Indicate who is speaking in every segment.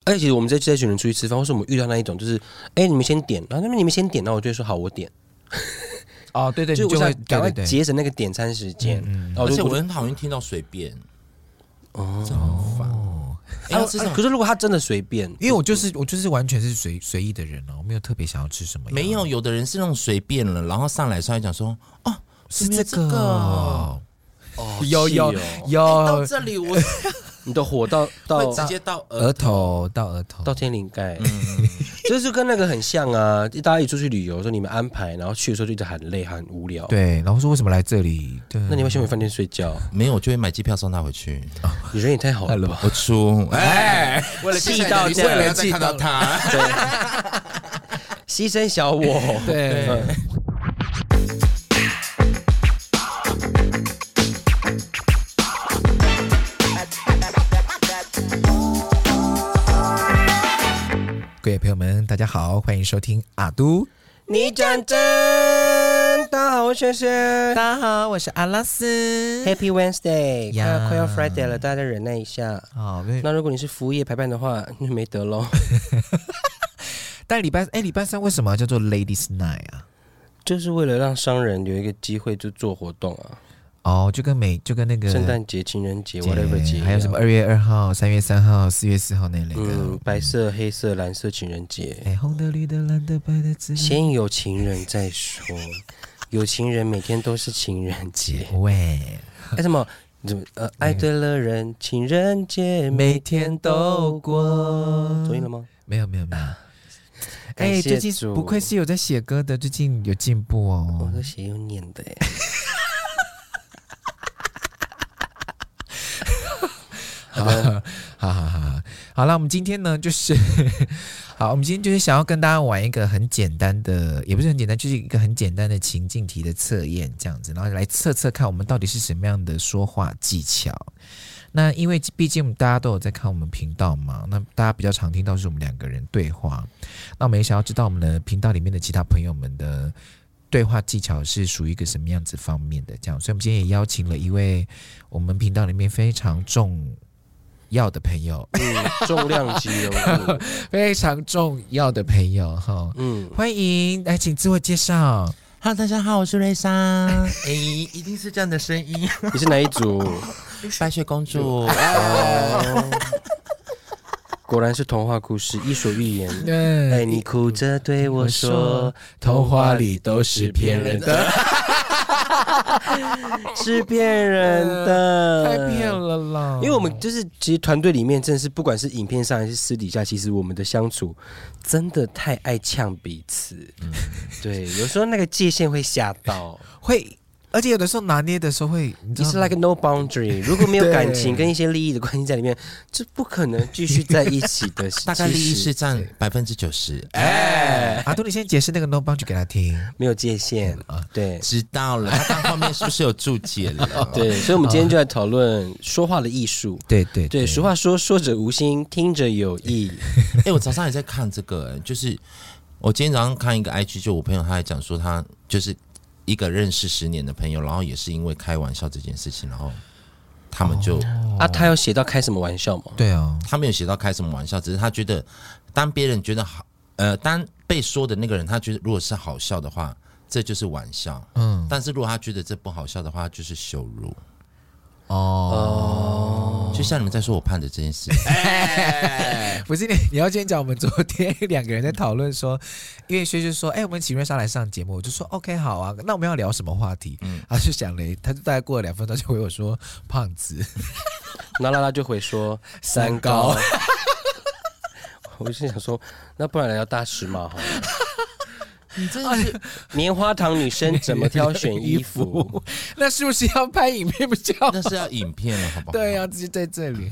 Speaker 1: 而且哎其实我们这这群人出去吃饭，或是我们遇到那一种，就是哎、你们先点，然后那边你们先点，然后我就会说好，我点，
Speaker 2: 哦，对对，
Speaker 1: 就
Speaker 2: 你
Speaker 1: 是我
Speaker 2: 会
Speaker 1: 想赶快
Speaker 2: 对对对嗯
Speaker 1: 节省那个点餐时间。然后
Speaker 3: 而
Speaker 1: 就
Speaker 3: 且我很讨厌听到随便，哦，真的很烦。哎要吃什么
Speaker 1: 可是如果他真的随 便，
Speaker 2: 因为我就是我就是完全是随随意的人啊，我没有特别想要吃什么，
Speaker 3: 没有，有的人是那种随便了，然后上来上来讲说，哦，
Speaker 2: 是
Speaker 3: 没有
Speaker 2: 这
Speaker 3: 这个
Speaker 2: 个，有
Speaker 1: 是
Speaker 2: 有
Speaker 1: 哦
Speaker 3: 哎到
Speaker 2: 有
Speaker 3: 这里我
Speaker 1: 你的火到到
Speaker 3: 会直接 到呃
Speaker 2: 额头到额头
Speaker 1: 到天灵盖，
Speaker 2: 嗯
Speaker 1: 这 就跟那个很像啊！大家一起出去旅游的时候，你们安排，然后去的时候就一直很累，很无聊。，
Speaker 2: 对，嗯然后说为什么来这里？对，
Speaker 1: 那你们先回饭店睡觉，
Speaker 3: 没有，我就会买机票送他回去。
Speaker 1: 你人也太好了 吧？
Speaker 3: 我出，哦哎，为了
Speaker 1: 气到这样
Speaker 3: 为了再看到他，
Speaker 1: 牺牲小我，
Speaker 2: 对
Speaker 1: 嗯
Speaker 2: 各位朋友们，大家好，欢迎收听阿都。
Speaker 1: 你讲真，大家好，我是轩轩
Speaker 2: 大家好，我是阿拉斯。
Speaker 1: ，Happy Wednesday，快
Speaker 2: 呀
Speaker 1: 要快要 Friday 了，大家再忍耐一下。
Speaker 2: 好，那
Speaker 1: 那如果你是服务业排班的话，那就没得喽。
Speaker 2: 但礼拜哎，礼拜三为什么叫做 Ladies Night 啊？
Speaker 1: 就是为了让商人有一个机会就做活动啊，
Speaker 2: 哦，就跟每就跟那个
Speaker 1: 圣诞节、情人节
Speaker 2: 节
Speaker 1: whatever 节一样，啊
Speaker 2: 还有什么二月二号、三月三号、四月四号那两个。
Speaker 1: 嗯，白色、黑色、蓝色情人节，
Speaker 2: 哎，红的、绿的、蓝的、白的，紫的。
Speaker 1: 先有情人再 说，有情人每天都是情人节。
Speaker 2: 喂，
Speaker 1: 哎，什么？怎么？
Speaker 2: 嗯
Speaker 1: 呃，爱对了人，情人节每
Speaker 2: 每
Speaker 1: 天
Speaker 2: 天
Speaker 1: 都
Speaker 2: 都
Speaker 1: 过。
Speaker 2: 过。
Speaker 1: 同意了吗？
Speaker 2: 没有没有没有。
Speaker 1: 感谢
Speaker 2: 嗯啊哎，最近
Speaker 1: 主
Speaker 2: 不愧是有在写歌的，最近有进步
Speaker 1: 我
Speaker 2: 哦。
Speaker 1: 的血有念的耶，欸
Speaker 2: 好，好 好好好，好了，我们今天呢，就是 好，我们今天就是想要跟大家玩一个很简单的，也不是很简单，就是一个很简单的情境题的测验，这样子，然后来测测看我们到底是什么样的说话技巧。那因为毕竟大家都有在看我们频道嘛，那大家比较常听到是我们两个人对话，那我们也想要知道我们的频道里面的其他朋友们的对话技巧是属于一个什么样子方面的这样，所以我们今天也邀请了一位我们频道里面非常重要的朋友，
Speaker 1: 嗯，重量级人物，
Speaker 2: 非常重要的朋友哈。
Speaker 1: 嗯，
Speaker 2: 欢迎，来，请自我介绍。
Speaker 3: Hello，大家好，我是瑞莎。 哎，一定是这样的声音，哎
Speaker 1: 你是哪一组？
Speaker 3: 白雪公 主。
Speaker 1: 果然是童话故事，伊索寓言。
Speaker 2: 嗯，
Speaker 1: 哎，你哭着对我说，
Speaker 2: 童话里都是骗人的，
Speaker 1: 是骗人的，
Speaker 2: 嗯太骗了啦！
Speaker 1: 因为我们就是其实团队里面，真的是不管是影片上还是私底下，其实我们的相处真的太爱呛彼此。
Speaker 2: 嗯
Speaker 1: 对，有时候那个界限会吓到，
Speaker 2: 会，而且有的时候拿捏的时候会，你知
Speaker 1: 就
Speaker 2: 道
Speaker 1: 是
Speaker 2: 吗
Speaker 1: like no boundary。如果没有
Speaker 2: 对
Speaker 1: 感情跟一些利益的关系在里面，就不可能继续在一起的。
Speaker 3: 大概利 益
Speaker 1: 其实
Speaker 3: 是占百分之九十，哎，
Speaker 2: 阿杜，你先解释那个 no b o u n d 给他听。
Speaker 1: 没有界限
Speaker 2: 啊
Speaker 1: 对
Speaker 3: 知道了。他刚后面是不是有注解 了？
Speaker 1: 对，所以我们今天就来讨论说话的艺术。
Speaker 2: 对对
Speaker 1: 对，俗话说说者无心，听者有意。
Speaker 3: 哎、我早上也在看这个、欸就是我今天早上看一个 IG，就我朋友他还讲说，他就是一个认识十年的朋友，然后也是因为开玩笑这件事情，然后他们就、
Speaker 2: 哦
Speaker 1: 啊，他有写到开什么玩笑吗？
Speaker 2: 对哦，
Speaker 3: 他没有写到开什么玩笑，只是他觉得当别人觉得好，呃，当被说的那个人他觉得如果是好笑的话，这就是玩笑。
Speaker 2: 嗯，
Speaker 3: 但是如果他觉得这不好笑的话，就是羞辱。
Speaker 2: 哦，
Speaker 3: 就像你们在说我胖的这件事，
Speaker 2: 不是你，你要先讲。我们昨天两个人在讨论说，因为薛就说，哎、我们请瑞莎来上节目，我就说 OK 好啊，那我们要聊什么话题？嗯，他就想了一，他就大概过了两分钟就回我说胖子，
Speaker 1: 然后拉拉就回说 三高。 我就想说，那不然来聊大尺码
Speaker 2: 哎
Speaker 1: 好了。
Speaker 3: 你真的是
Speaker 1: 棉花糖女生怎么挑选衣服？
Speaker 2: 那是不是要拍影片比较？
Speaker 3: 那是要影片了，好不好？
Speaker 2: 对啊，直接在这 里，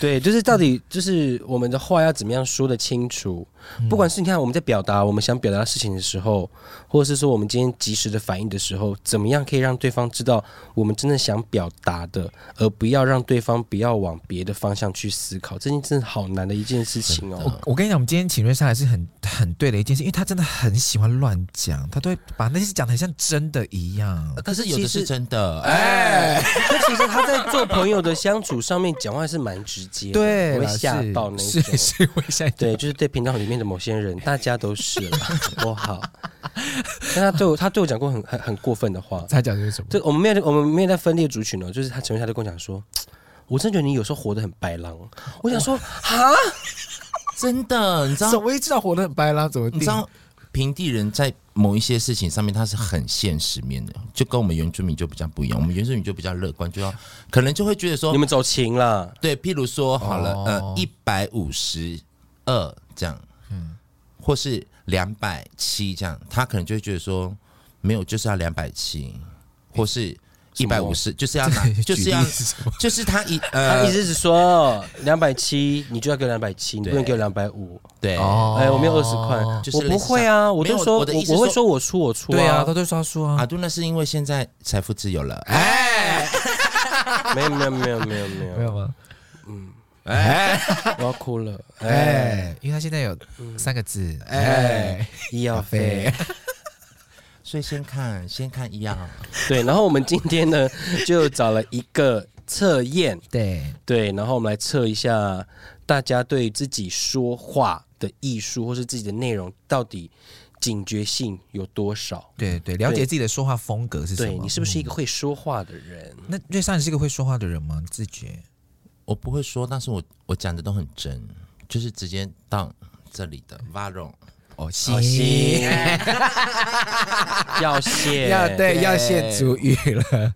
Speaker 1: 对，就是到底就是我们的话要怎么样说的清楚？不管是你看我们在表达我们想表达的事情的时候，或者是说我们今天及时的反应的时候，怎么样可以让对方知道我们真的想表达的，而不要让对方不要往别的方向去思考？这件真的好难的一件事情哦。
Speaker 2: 我跟你讲，我们今天请瑞莎还是很很对的一件事，因为他真的很喜欢乱讲，他都会把那些事讲的很像真的一样。
Speaker 3: 可是有的
Speaker 1: 其实
Speaker 3: 是真的，哎，
Speaker 1: 那其实他在做朋友的相处上面讲话是蛮直接的，
Speaker 2: 对
Speaker 1: 我会
Speaker 2: 啦
Speaker 1: 吓
Speaker 2: 是
Speaker 1: 到那
Speaker 2: 是
Speaker 1: 种。
Speaker 2: 是会吓到。
Speaker 1: 对，就是对频道里面的某些人，大家都是啦，我好。但他对我，他对我讲过很很很过分的话，
Speaker 2: 他讲的是什么？
Speaker 1: 这我们没有，我们没有在分裂族群哦，就是他陈文霞就跟我讲说，我真觉得你有时候活得很白狼。我想说，
Speaker 3: 哦
Speaker 1: 哈，
Speaker 3: 真的，你知道
Speaker 2: 怎么一知道活得很白啦？怎么定
Speaker 3: 你知 道平地人在某一些事情上面，他是很现实面的，就跟我们原住民就比较不一样。我们原住民就比较乐观，就要可能就会觉得说
Speaker 1: 你，们走情啦，
Speaker 3: 对，譬如说好了，
Speaker 2: 哦
Speaker 3: 呃，一百五十二这样，嗯，或是两百七这样，他可能就会觉得说，没有，就是要两百七，或是一百五十，就是要拿，就
Speaker 2: 举
Speaker 3: 是要
Speaker 2: 例，啊是什么？
Speaker 3: 就是他一
Speaker 1: 他
Speaker 3: 呃
Speaker 1: 意，思是说两百七，你就要给我两百七，你不能
Speaker 3: 对
Speaker 1: 给我两百五。
Speaker 3: 对，
Speaker 1: 哎，我没有二十块，
Speaker 3: 就是
Speaker 1: 我
Speaker 3: 类
Speaker 1: 不
Speaker 3: 似
Speaker 1: 会啊，我
Speaker 3: 没
Speaker 1: 就
Speaker 3: 有
Speaker 1: 说，
Speaker 3: 我的意思
Speaker 1: 我会
Speaker 3: 说
Speaker 1: 说我出我出
Speaker 2: 对啊，
Speaker 1: 啊
Speaker 2: 他，都说说啊
Speaker 3: 阿。杜那是因为现在财富自由了，
Speaker 2: 哎，
Speaker 1: 没有没有没有没有没
Speaker 2: 没有
Speaker 1: 有，
Speaker 2: 吗？
Speaker 3: 哎，
Speaker 1: 我要哭了，哎，
Speaker 2: 哎，因为他现在有三个字，哎
Speaker 1: 哎，医药费。
Speaker 2: 费。
Speaker 3: 所以先看先看医药。
Speaker 1: 对，然后我们今天呢 就找了一个测验，
Speaker 2: 对，
Speaker 1: 对，然后我们来测一下大家对自己说话的艺术或是自己的内容到底警觉性有多少。
Speaker 2: 对对，了解自己的说话风格是什么？嗯
Speaker 1: 对你是不是一个会说话的 人？
Speaker 2: 那瑞莎，你是一个会说话的人吗？自觉
Speaker 3: 我不会说，但是我我讲的都很真，就是直接到这里的 Varo。
Speaker 2: 哦，
Speaker 1: 好
Speaker 2: 行，
Speaker 1: 要谢，
Speaker 2: 要对要谢主语了。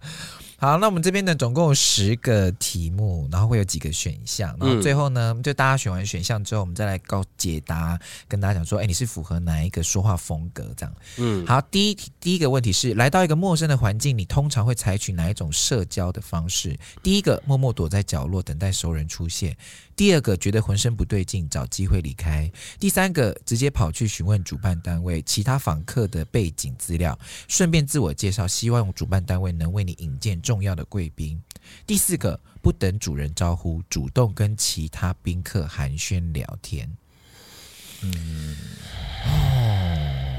Speaker 2: 好，那我们这边呢，总共有十个题目，然后会有几个选项，然后最后呢，就大家选完选项之后，我们再来告解答，跟大家讲说，哎，你是符合哪一个说话风格这样。
Speaker 1: 嗯，
Speaker 2: 好，第一题第一个问题是，来到一个陌生的环境，你通常会采取哪一种社交的方式？第一个，默默躲在角落等待熟人出现；第二个，觉得浑身不对劲，找机会离开；第三个，直接跑去询问主办单位其他访客的背景资料，顺便自我介绍，希望主办单位能为你引荐重要的贵宾；第四个，不等主人招呼，主动跟其他宾客寒暄聊天。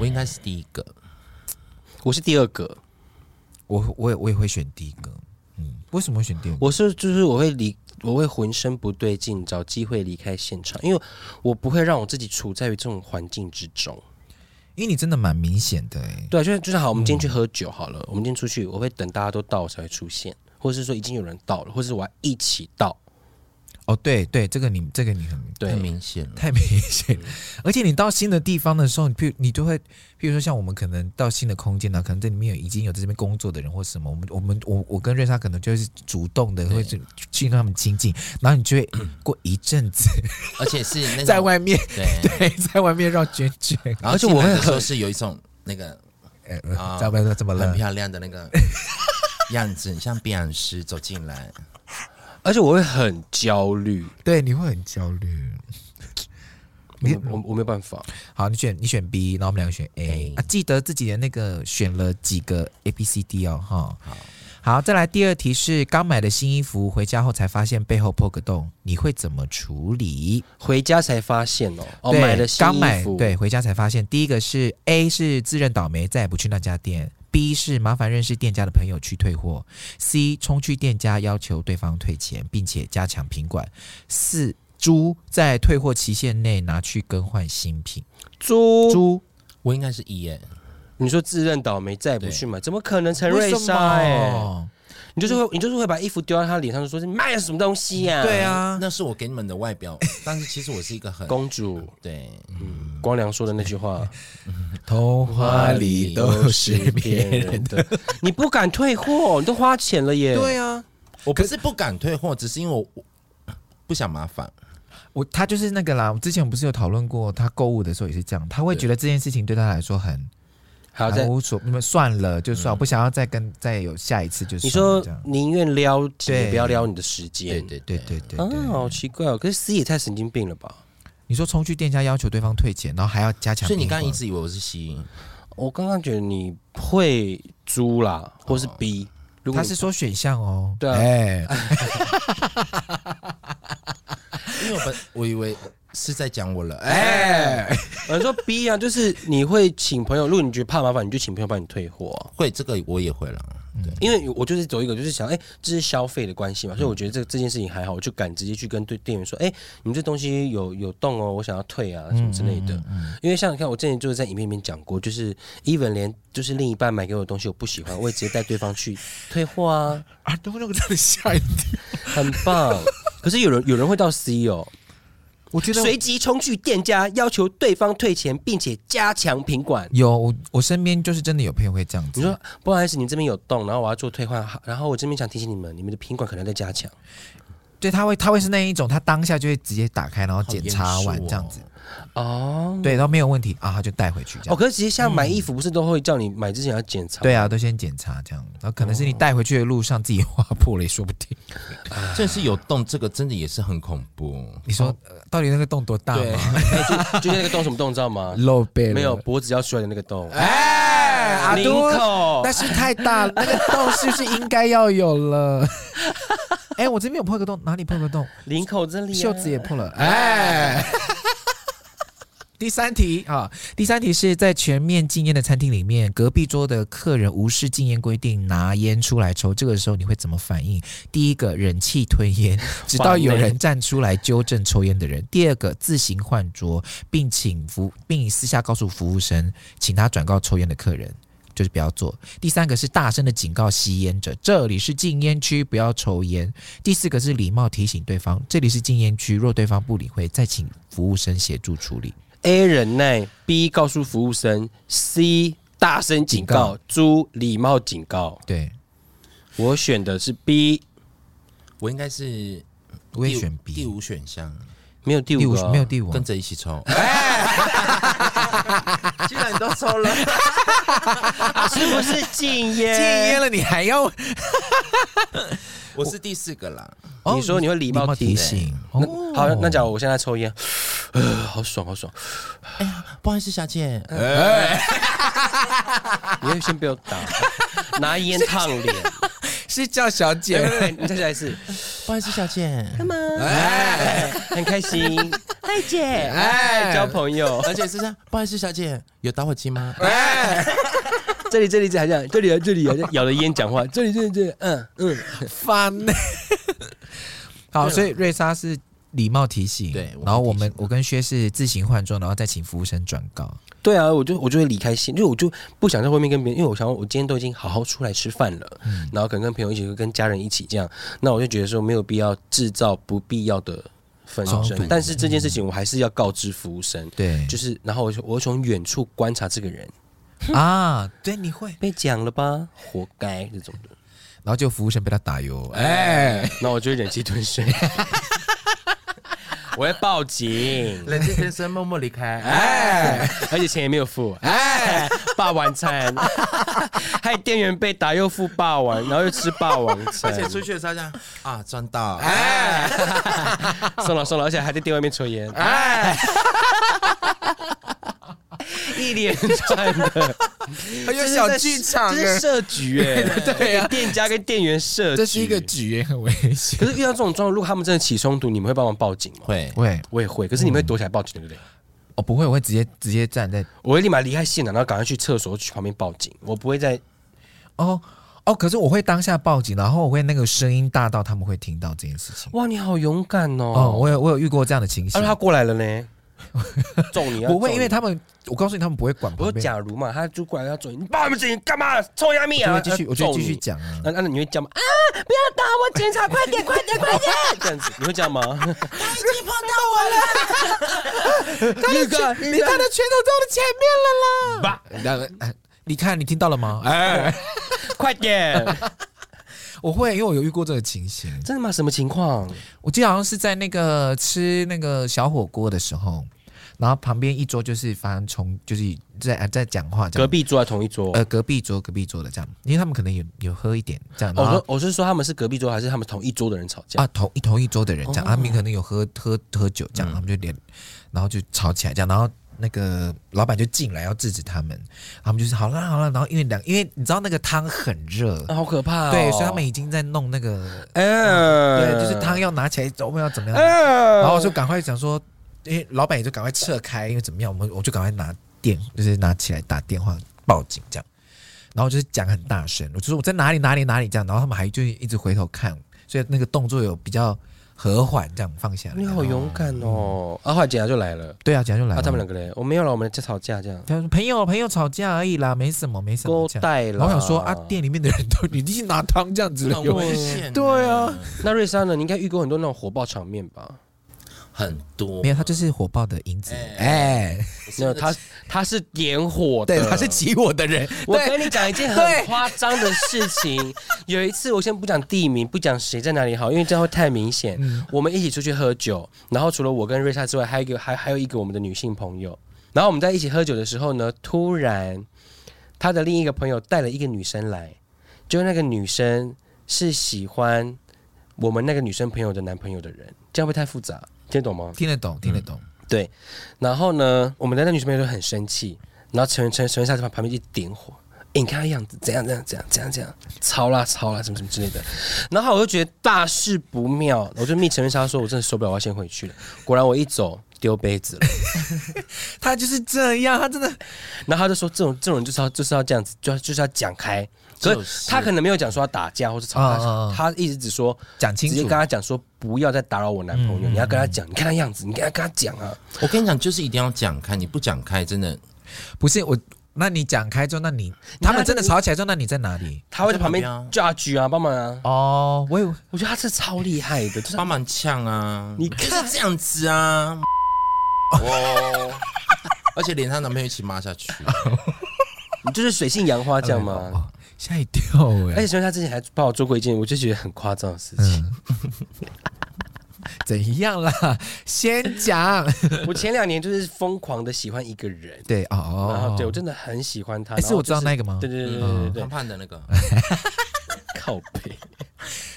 Speaker 3: 我应该是第一个，
Speaker 1: 我是第二个，
Speaker 2: 我我也我也会选第一个，嗯，为什么会选第二个？
Speaker 1: 我是就是我会离，我会浑身不对劲，找机会离开现场，因为我不会让我自己处在于这种环境之中。
Speaker 2: 因为你真的蛮明显的哎、
Speaker 1: 对啊，就是就是好，我们今天
Speaker 2: 嗯
Speaker 1: 去喝酒好了，我们今天出去，我会等大家都到我才会出现，或者是说已经有人到了，或者是我要一起到。
Speaker 2: 哦，对对，这个你这个你很
Speaker 1: 对
Speaker 3: 太，明显了。
Speaker 2: 太明显了，而且你到新的地方的时候，你譬如你就会，譬如说像我们可能到新的空间啊呢、可能这里面有已经有在这边工作的人或什么，我们我们我我跟瑞莎可能就是主动的会去去跟他们亲近，然后你就会过一阵子
Speaker 3: 而且是那种
Speaker 2: 在外面
Speaker 3: 对，
Speaker 2: 对，在外面绕圈圈，
Speaker 3: 然
Speaker 1: 而
Speaker 3: 后
Speaker 1: 且
Speaker 3: 进
Speaker 1: 我会
Speaker 3: 来的时候是有一种那个
Speaker 2: 呃
Speaker 3: 啊
Speaker 2: 在外面怎么
Speaker 3: 很
Speaker 2: 了？
Speaker 3: 漂亮的那个样子，很像碧昂斯走进来，
Speaker 1: 而且我会很焦虑，
Speaker 2: 对，你会很焦虑。
Speaker 1: 我我我没有办法，
Speaker 2: 好，你选你选 B，然后我们两个选 A
Speaker 3: A
Speaker 2: 啊，记得自己的那个选了几个 A、B、C、D 哦，哈。好，再来第二题是刚买的新衣服，回家后才发现背后破个洞，你会怎么处理？
Speaker 1: 回家才发现哦，哦，
Speaker 2: 对
Speaker 1: 买了新
Speaker 2: 刚
Speaker 1: 衣
Speaker 2: 买
Speaker 1: 服，
Speaker 2: 对，回家才发现。第一个是 A 是自认倒霉，再也不去那家店；B 是麻烦认识店家的朋友去退货；C 冲去店家要求对方退钱，并且加强品管；四猪在退货期限内拿去更换新品。
Speaker 1: 猪
Speaker 2: 猪
Speaker 3: 我应该是一耶，
Speaker 1: 你说自认倒霉，再也不
Speaker 3: 对
Speaker 1: 去买，怎么可能？陈
Speaker 2: 为
Speaker 1: 瑞
Speaker 2: 什
Speaker 1: 莎，哎，
Speaker 2: 么
Speaker 1: 你就是会，你就是会把衣服丢到他脸上，就说你卖了什么东西呀、
Speaker 2: 对，啊，
Speaker 3: 那是我给你们的外表，但是其实我是一个 很
Speaker 1: 公主，
Speaker 3: 对，
Speaker 1: 嗯，光良说的那句话，
Speaker 2: 童话里都是 别人。
Speaker 1: 的，你不敢退货，你都花钱了耶。
Speaker 2: 对啊，
Speaker 3: 我不是不敢退货，只是因为我我不想麻烦，
Speaker 2: 我他就是那个啦。我之前不是有讨论过，他购物的时候也是这样，他会觉得这件事情对他来说很
Speaker 1: 好，
Speaker 2: 很
Speaker 1: 再
Speaker 2: 无所，你们算了就算，我不想要再跟再有下一次就
Speaker 1: 你
Speaker 2: 算了
Speaker 1: 说
Speaker 2: 这样，
Speaker 1: 宁愿撩己，
Speaker 2: 对
Speaker 1: 也不要撩你的时
Speaker 3: 对
Speaker 1: 间。
Speaker 3: 对
Speaker 2: 对
Speaker 3: 对，
Speaker 2: 对对
Speaker 1: 啊
Speaker 2: 对，，
Speaker 1: 好奇怪哦！可是 C 也太神经病了吧！
Speaker 2: 你说冲去店家要求对方退钱，然后还要加强
Speaker 3: 所
Speaker 2: 平衡，
Speaker 3: 以你刚刚一直以为我是 C，
Speaker 1: 我刚刚觉得你会猪啦，或是 B，、如果啊
Speaker 2: 哦他
Speaker 1: 你
Speaker 3: 哎
Speaker 2: 是说选项哦，
Speaker 1: 对啊
Speaker 2: 哎，
Speaker 3: 因为我本我以为是在讲我了，哎、
Speaker 1: 哎，我说 B 啊，就是你会请朋友，如果你觉得怕麻烦，你就请朋友帮你退货啊、
Speaker 3: 会这个我也会啦，对，
Speaker 1: 因为我就是走一个，就是想，哎、这是消费的关系嘛，
Speaker 2: 嗯
Speaker 1: 所以我觉得这这件事情还好，我就敢直接去跟对店员说，哎、你们这东西有有动哦，我想要退啊，什么之类
Speaker 2: 嗯
Speaker 1: 的。因为像你看，我之前就是在影片里面讲过，就是 even 连就是另一半买给我的东西我不喜欢，我也直接带对方 去退货啊，
Speaker 2: 啊，东那个真的吓一跳，
Speaker 1: 很棒。可是有人有人会到 C 哦，
Speaker 2: 我觉得
Speaker 1: 随即冲去店家要求对方退钱，并且加强品管。
Speaker 2: 有我我身边就是真的有朋友会这样子，
Speaker 1: 你说不好意思，你这边有洞，然后我要做退换，然后我这边想提醒你们，你们的品管可能要再加强。
Speaker 2: 对，他会他会是那一种，他当下就会直接打开，然后检查
Speaker 3: 好严
Speaker 2: 完
Speaker 3: 肃哦
Speaker 2: 这样子，
Speaker 1: 哦，
Speaker 2: 对，然后没有问题啊，他就带回去这
Speaker 1: 哦，
Speaker 2: 样。
Speaker 1: 可是其实像买衣服不是都会叫你买之前要检查？
Speaker 2: 对啊，都先检查这样，然后可能是你带回去的路上自己划破了也说不定。
Speaker 3: 这是有洞，这个真的也是很恐怖。
Speaker 2: 你说呃到底那个洞多大
Speaker 1: 对，
Speaker 2: 吗？？
Speaker 1: 哎就就是那个洞什么洞，你知道吗
Speaker 2: 露背了
Speaker 1: 没有，脖子要出来的那个洞。
Speaker 2: 哎，阿
Speaker 1: 领
Speaker 2: 都
Speaker 1: 口
Speaker 2: 但是太大了，那个洞是不是应该要有了？ 哎，我这边有破个洞，哪里破个洞？
Speaker 1: 领口这里啊、
Speaker 2: 袖子也破了，哎。第三题啊，第三题是在全面禁烟的餐厅里面，隔壁桌的客人无视禁烟规定，拿烟出来抽，这个时候你会怎么反应？第一个，忍气吞烟， 直到有人站出来纠正抽烟的人；第二个，自行换桌，并请服，并私下告诉服务生，请他转告抽烟的客人，就是不要做；第三个是大声的警告吸烟者，这里是禁烟区，不要抽烟。第四个是礼貌提醒对方，这里是禁烟区，若对方不理会，再请服务生协助处理。
Speaker 1: A 忍耐，B 告诉服务生，C 大声警告，猪礼貌警告。
Speaker 2: 对，
Speaker 1: 我选的是 B，
Speaker 3: 我应该是
Speaker 2: 我也选
Speaker 3: 第
Speaker 2: B。
Speaker 3: 五选项，
Speaker 1: 没有第
Speaker 2: 第
Speaker 1: 五
Speaker 2: 五
Speaker 1: 个哦、
Speaker 2: 没有第五啊
Speaker 3: 跟，着一起 抽。既然你都抽了，
Speaker 1: 是不是禁
Speaker 2: 禁
Speaker 1: 烟？
Speaker 2: 烟了你还要
Speaker 3: 我是第四个啦。
Speaker 1: 你说你会礼貌提
Speaker 2: 哦提
Speaker 1: 醒
Speaker 2: 醒？
Speaker 1: 那
Speaker 2: 哦
Speaker 1: 好，那假如我现在抽烟， 呃，好爽，好爽。
Speaker 3: 不好意思，小姐，
Speaker 2: 呃
Speaker 1: 你会先被我打， 拿烟烫脸。
Speaker 2: 是叫小
Speaker 1: 对
Speaker 2: 姐
Speaker 1: 对对，你再来一次，
Speaker 3: 哎不好意思，小姐。
Speaker 1: 哎，很开心。嗨姐，哎，交朋友。
Speaker 3: 而且是 这样，不好意思，小姐，有打火机吗？
Speaker 2: 哎
Speaker 1: 哎这里这里这里还这样，这里啊这里啊，咬着烟讲话，这里这里这里，嗯嗯，
Speaker 2: 烦呢。好，所以瑞莎是礼貌提醒，
Speaker 3: 对我会
Speaker 2: 然后我
Speaker 3: 提
Speaker 2: 们
Speaker 3: 醒
Speaker 2: 我跟薛是自行换装，然后再请服务生转 告。
Speaker 1: 对啊，我就我就会离开现，就我就不想在外面跟别人，因为我想我今天都已经好好出来吃饭了，
Speaker 2: 嗯
Speaker 1: 然后可能跟朋友一起，跟家人一起这样，那我就觉得说没有必要制造不必要的纷
Speaker 2: 冲
Speaker 1: 争
Speaker 2: 突，
Speaker 1: 但是这件事情我还是要告知服务生，
Speaker 2: 对
Speaker 1: 就是然后我就我从远处观察这个人，
Speaker 2: 啊，对，你会，
Speaker 1: 被讲了吧，活该这种的。
Speaker 2: 然后就服务生被他打哟，哎，
Speaker 1: 那我就忍气吞 声，我会报警，
Speaker 3: 冷静先生默默离开。
Speaker 1: 哎，而且钱也没有付，哎，霸王 餐，害店员被打又付霸王，然后又吃霸王
Speaker 3: 而
Speaker 1: 餐，
Speaker 3: 且出去的时候这样啊，赚到！
Speaker 1: 送了送了，而且还在店外面抽烟，
Speaker 2: 哎，
Speaker 1: 一连串 的，
Speaker 3: 哎
Speaker 2: 还有哎小剧场
Speaker 1: 这是
Speaker 2: 啊，
Speaker 1: 设局哎，
Speaker 2: 对啊
Speaker 1: 店家跟店员设局，
Speaker 2: 这是一个。局，很危险。
Speaker 1: 可是遇到这种状况，如果他们真的起冲突，你们会帮忙报警吗？
Speaker 3: 会，
Speaker 2: 喂，
Speaker 1: 我也会，可是你们会躲起来报警，对不对？
Speaker 2: 我不会，我会直接直接站在
Speaker 1: 我会立马离开现场，然后赶快去厕所去旁边报警，我不会再
Speaker 2: 哦哦，可是我会当下报警，然后我会那个声音大到他们会听到这件事情。
Speaker 1: 哇，你好勇敢哦！
Speaker 2: 哦，我有我有遇过这样的情
Speaker 1: 啊，
Speaker 2: 形，
Speaker 1: 他过来了 呢，揍你啊！
Speaker 2: 不会，
Speaker 1: 揍
Speaker 2: 因为
Speaker 1: 你
Speaker 2: 他们，我告诉你，他们不会管
Speaker 1: 我
Speaker 2: 旁
Speaker 1: 说
Speaker 2: 边，
Speaker 1: 假如嘛，他就过来要揍你，你报我们警干嘛？臭丫咪
Speaker 2: 我就
Speaker 1: 啊！
Speaker 2: 会继续，
Speaker 1: 要
Speaker 2: 我就
Speaker 1: 揍
Speaker 2: 会继续
Speaker 1: 你。
Speaker 2: 讲啊。
Speaker 1: 那那你会叫吗？啊！不要打我，警 察！快点，快点，快点！这样子你会这样吗？ 他已经碰到我了。你看，你看，
Speaker 2: 的拳头在我的前面了啦！哎你看，你听到了吗？哎，
Speaker 1: 快点！
Speaker 2: 我会，因为我有遇过这个情形。
Speaker 1: 真的吗？什么情况？
Speaker 2: 我记得好像是在那个吃那个小火锅的时候，然后旁边一桌就是发生冲，就是在在讲话这
Speaker 1: 隔
Speaker 2: 样，
Speaker 1: 壁桌在同一桌。
Speaker 2: 呃隔壁桌隔壁桌的这样，因为他们可能有有喝一点这样，
Speaker 1: 哦我
Speaker 2: 然后
Speaker 1: 说我是说他们是隔壁桌，还是他们同一桌的人吵架？
Speaker 2: 啊同啊一同一桌的人这样，他们可能有喝喝喝酒这样，他们就连然后就吵起来这样，然后那个老板就进来要制止他们，他们就是好了好了，然后因为两因为你知道那个汤很热，
Speaker 1: 啊好可怕、哦！
Speaker 2: 对，所以他们已经在弄那个，
Speaker 1: 哎、
Speaker 2: 嗯对，就是汤要拿起来，我们要怎么样？
Speaker 1: 哎
Speaker 2: 然后我就赶快想说，因为老板也就赶快撤开，因为怎么样，我们我就赶快拿电，就是拿起来打电话报警这样。然后就是讲很大声，我就说我在哪里哪里哪里这样，然后他们还就是一直回头看，所以那个动作有比较和缓这样放下来。
Speaker 1: 你好勇敢哦！啊，后来警察就来了，
Speaker 2: 对啊，讲就来
Speaker 1: 啊，
Speaker 2: 了。
Speaker 1: 他们两个嘞，我没有了，我们在吵架这样，
Speaker 2: 他说朋友朋友吵架而已啦，没什么没什
Speaker 1: 勾
Speaker 2: 么这样。
Speaker 1: 带了。
Speaker 2: 然后我想说啊，店里面的人都你一拿汤这样子了，
Speaker 3: 很
Speaker 2: 有
Speaker 3: 危险，
Speaker 2: 对啊，
Speaker 1: 那瑞莎呢？你应该遇过很多那种火爆场面吧？
Speaker 3: 很 多
Speaker 2: 没有？他就是火爆的因子，哎、
Speaker 3: 哎
Speaker 1: 没有，他他是点火的，
Speaker 2: 对，他是起我的人，
Speaker 1: 我
Speaker 2: 对
Speaker 1: 跟你讲一件很夸张的事情， 有一次我先不讲地名，不讲谁在哪里好，因为这样会太明显。
Speaker 2: 嗯
Speaker 1: 我们一起出去喝酒，然后除了我跟瑞莎之外，还有一个还还有一个我们的女性朋友。然后我们在一起喝酒的时候呢，突然她的另一个朋友带了一个女生来，就那个女生是喜欢我们那个女生朋友的男朋友的人，这样会不会太复杂，听得懂吗？
Speaker 2: 听得懂，听得懂。
Speaker 1: 对，然后呢，我们的那女生朋友就很生气，然后陈陈陈夏就旁边一点火，诶你看他样子怎样怎样怎样怎样怎样，吵啦吵啦什么什么之类的，然后我就觉得大事不妙，我就密陈夏说，我真的受不了，我要先回去了。果然我一走丢杯子了，
Speaker 2: 他就是这样，他真的
Speaker 1: 然后他就说这种这种人就是要就是要这样子，就要就是要讲开，可
Speaker 3: 就是
Speaker 1: 是他可能没有讲说要打架或是吵架，
Speaker 2: 嗯嗯嗯
Speaker 1: 他一直只说
Speaker 2: 讲
Speaker 1: 直
Speaker 2: 清
Speaker 1: 接
Speaker 2: 楚
Speaker 1: 跟。他讲说不要再打扰我男朋友，你要跟他讲，你看他样子，你跟他跟他讲啊，
Speaker 3: 我跟你讲，就是一定要讲开，你不讲开，真的
Speaker 2: 不是我，那你讲开之后，那你他们真的吵起来之后，那你在哪里？
Speaker 1: 他会在旁边
Speaker 3: 在旁
Speaker 1: judge 啊，帮忙啊。
Speaker 2: 哦，我有
Speaker 1: 我觉得他是超厉害的，就是
Speaker 3: 帮忙呛啊，
Speaker 1: 你
Speaker 3: 就是
Speaker 1: 看
Speaker 3: 这样子 啊，哦，而且连她男朋友一起骂下去，
Speaker 1: 你就是水性杨花这样吗？
Speaker 2: 哦吓一跳
Speaker 1: 而
Speaker 2: 哎
Speaker 1: 且，熊他之前还帮我做过一件我就觉得很夸张的事情。
Speaker 2: 嗯，怎样啦？先讲，
Speaker 1: 我前两年就是疯狂的喜欢一个人，
Speaker 2: 对哦
Speaker 1: 然后
Speaker 2: 哦，
Speaker 1: 啊对我
Speaker 2: 这
Speaker 1: 真的很喜欢他。
Speaker 2: 哎，
Speaker 1: 然
Speaker 2: 是
Speaker 1: 后
Speaker 2: 我
Speaker 1: 就
Speaker 2: 知道那个吗？
Speaker 1: 对对对对对
Speaker 3: 嗯，
Speaker 1: 对
Speaker 3: 胖，胖的那个，
Speaker 1: 靠背。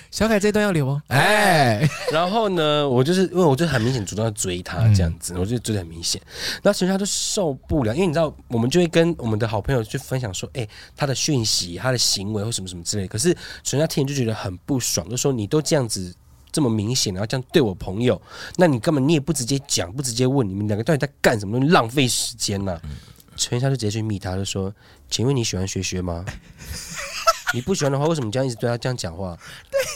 Speaker 2: 小凯这段要留哦。哎，
Speaker 1: 然后呢，我就是因为我就很明显主动要追他这样子，我就追的很明显。然后熊他就受不了，因为你知道，我们就会跟我们的好朋友去分享说，哎、他的讯息、他的行为或什么什么之类的。可是熊家听了就觉得很不爽，就说你都这样子。这么明显，然后这样对我朋友，那你根本你也不直接讲，不直接问，你们两个到底在干什么？浪费时间呐、陈一下就直接去密他，就说：“请问你喜欢学学吗？ 你不喜欢的话，为什么这样一直对他这样讲话？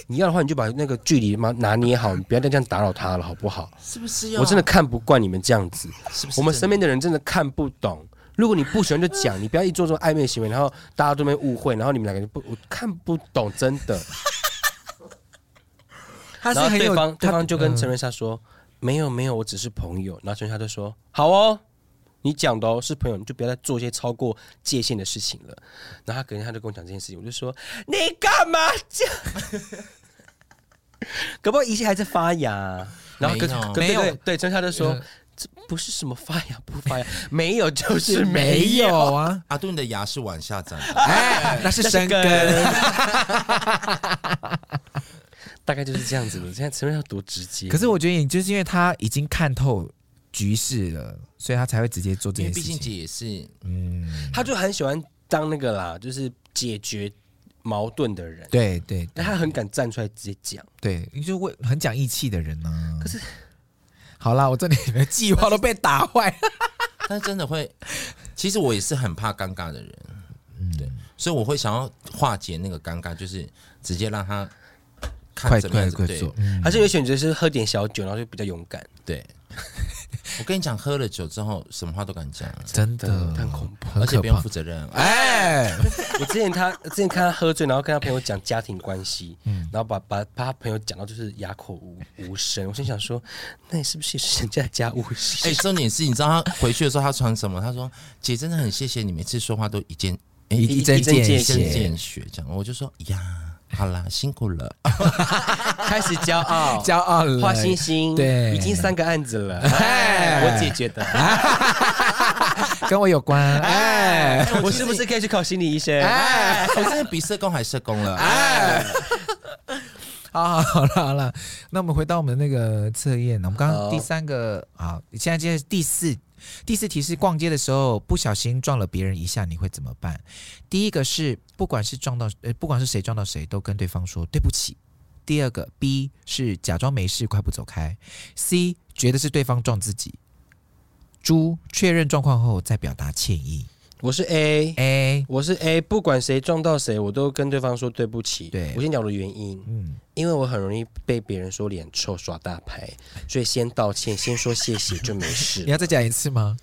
Speaker 1: 你要的话，你就把那个距离嘛拿捏 好，你不要再这样打扰他了，好不好？
Speaker 3: 是不是啊
Speaker 1: 我真的看不惯你们这样子，
Speaker 3: 是不是
Speaker 1: 我们身边的人真的看不懂。如果你不喜欢就讲，你不要一做这种暧昧的行为，然后大家都被误会，然后你们两个就不，我看不懂，真的。
Speaker 2: 他是
Speaker 1: 然后
Speaker 2: 很
Speaker 1: 对
Speaker 2: 有
Speaker 1: 方对
Speaker 2: 他
Speaker 1: 方就跟陈
Speaker 2: 嗯
Speaker 1: 瑞莎说：“没有没有，我只是朋友。”然后陈瑞莎就说：“好哦，你讲的哦是朋友，你就不要再做一些超过界限的事情了。”然后他隔天他就跟我讲这件事情，我就说：“你干嘛这样？” 搞不好一切还在发芽。然后
Speaker 3: 没
Speaker 1: 跟
Speaker 3: 有
Speaker 1: 跟
Speaker 2: 没有
Speaker 1: 对对对，陈瑞莎就说
Speaker 2: 嗯：“
Speaker 1: 这不是什么发芽不发芽，没有就是
Speaker 2: 是没
Speaker 1: 没有。”
Speaker 2: 有啊，
Speaker 3: 阿顿的牙是往下 长的，
Speaker 2: 哎，那是生 根。
Speaker 1: 大概就是这样子的。现在陈瑞莎多直接，啊
Speaker 2: 可是我觉得你就是因为他已经看透局势了，所以他才会直接做这
Speaker 3: 因为
Speaker 2: 件事
Speaker 3: 毕竟
Speaker 2: 情。
Speaker 3: 姐也是
Speaker 1: 他就很喜欢当那个啦，就是解决矛盾的人，
Speaker 2: 对对
Speaker 1: 但他很敢站出来直接讲。
Speaker 2: 对，你就会很讲义气的人呢、可是，好啦，我这里的计划都被打坏。
Speaker 3: 但是真的会，其实我也是很怕尴尬的人，
Speaker 2: 嗯
Speaker 3: 对，所以我会想要化解那个尴尬，就是直接让他看
Speaker 2: 快
Speaker 3: 怎么
Speaker 2: 快
Speaker 3: 样子
Speaker 2: 快
Speaker 3: 对
Speaker 2: 做！嗯
Speaker 1: 还是有选择是喝点小酒，然后就比较勇敢，
Speaker 3: 对，我跟你讲，喝了酒之后，什么话都敢讲，
Speaker 2: 真的
Speaker 1: 很恐
Speaker 2: 怖，
Speaker 3: 而
Speaker 2: 很
Speaker 3: 且
Speaker 2: 可
Speaker 3: 不用
Speaker 2: 怕
Speaker 3: 负。责任。
Speaker 2: 哎，
Speaker 1: 我之前他之前看他喝醉，然后跟他朋友讲家庭关系，然后把把把他朋友讲到就是哑口无无声。我心想说，那你是不是也是人家的家务事？
Speaker 3: 哎，重点是，你知道他回去的时候他穿什么？他说：“姐，真的很谢谢你，每次说话都一件哎
Speaker 2: 一一针
Speaker 1: 一针
Speaker 2: 见
Speaker 1: 见
Speaker 3: 一针
Speaker 2: 血
Speaker 3: 见血。”这样，我就说：“呀，好啦，辛苦了。
Speaker 2: 哎
Speaker 1: 开始骄 傲，
Speaker 2: 骄傲了，
Speaker 1: 画星星，
Speaker 2: 对
Speaker 1: 已经三个案子了，
Speaker 2: 哎
Speaker 1: 哎，我解决的。
Speaker 2: 跟我有 关。哎
Speaker 1: 我是不是 可以去考心理医生？
Speaker 2: 哎啊
Speaker 3: 我真的比社工还社工了。
Speaker 2: 哎，啊， 好了好了，那我们回到我们那个测验，我们刚刚
Speaker 1: 好
Speaker 2: 第三个啊，现在接着第四第四题是逛街的时候不小心撞了别人一下，你会怎么办？第一个是不管是撞到呃不管是谁撞到谁，都跟对方说对不起。第二个 B 是假装没事，快步走开。C 觉得是对方撞自己。猪确认状况后再表达歉意。
Speaker 1: 我是 A，
Speaker 2: A
Speaker 1: 我是 A，不管谁撞到谁，我都跟对方说对不起。
Speaker 2: 对
Speaker 1: 我先讲我的原因，
Speaker 2: 嗯，
Speaker 1: 因为我很容易被别人说脸臭、耍大牌，所以先道歉，先说谢谢就没事
Speaker 2: 你。 要再讲一次吗？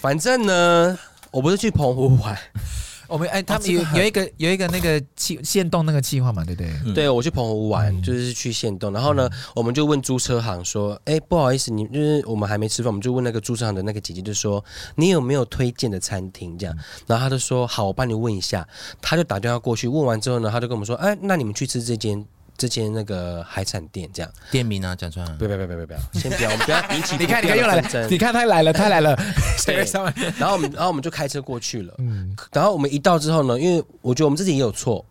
Speaker 1: 反正呢，我不是去澎湖玩，
Speaker 2: 我们哎，他们
Speaker 3: 这
Speaker 2: 有
Speaker 3: 个很
Speaker 2: 有一个有一个那个气限动那个计划嘛，对不对？
Speaker 3: 嗯
Speaker 1: 对我去澎湖玩，
Speaker 2: 嗯
Speaker 1: 就是去县东，然后呢，我们就问租车行说，哎、不好意思，你就是我们还没吃饭，我们就问那个租车行的那个姐姐，就说你有没有推荐的餐厅这样，
Speaker 2: 嗯
Speaker 1: 然后她就说好，我帮你问一下，她就打电话过去，问完之后呢，她就跟我们说，哎、那你们去吃这间。这间那个海产店这样，
Speaker 3: 店名啊，讲出来啊。
Speaker 1: 不要不要不要不要，先不要，我 们不要引起
Speaker 2: 你看，
Speaker 1: 不
Speaker 2: 你
Speaker 1: 必要
Speaker 2: 看又
Speaker 1: 的
Speaker 2: 来
Speaker 1: 纷
Speaker 2: 了，
Speaker 1: 争
Speaker 2: 你看他来了，他来了，谁
Speaker 1: 对
Speaker 2: 会上来？
Speaker 1: 然后我们，然后我们就开车过去了。
Speaker 2: 嗯，
Speaker 1: 然后我们一到之后呢，因为我觉得我们自己也有错，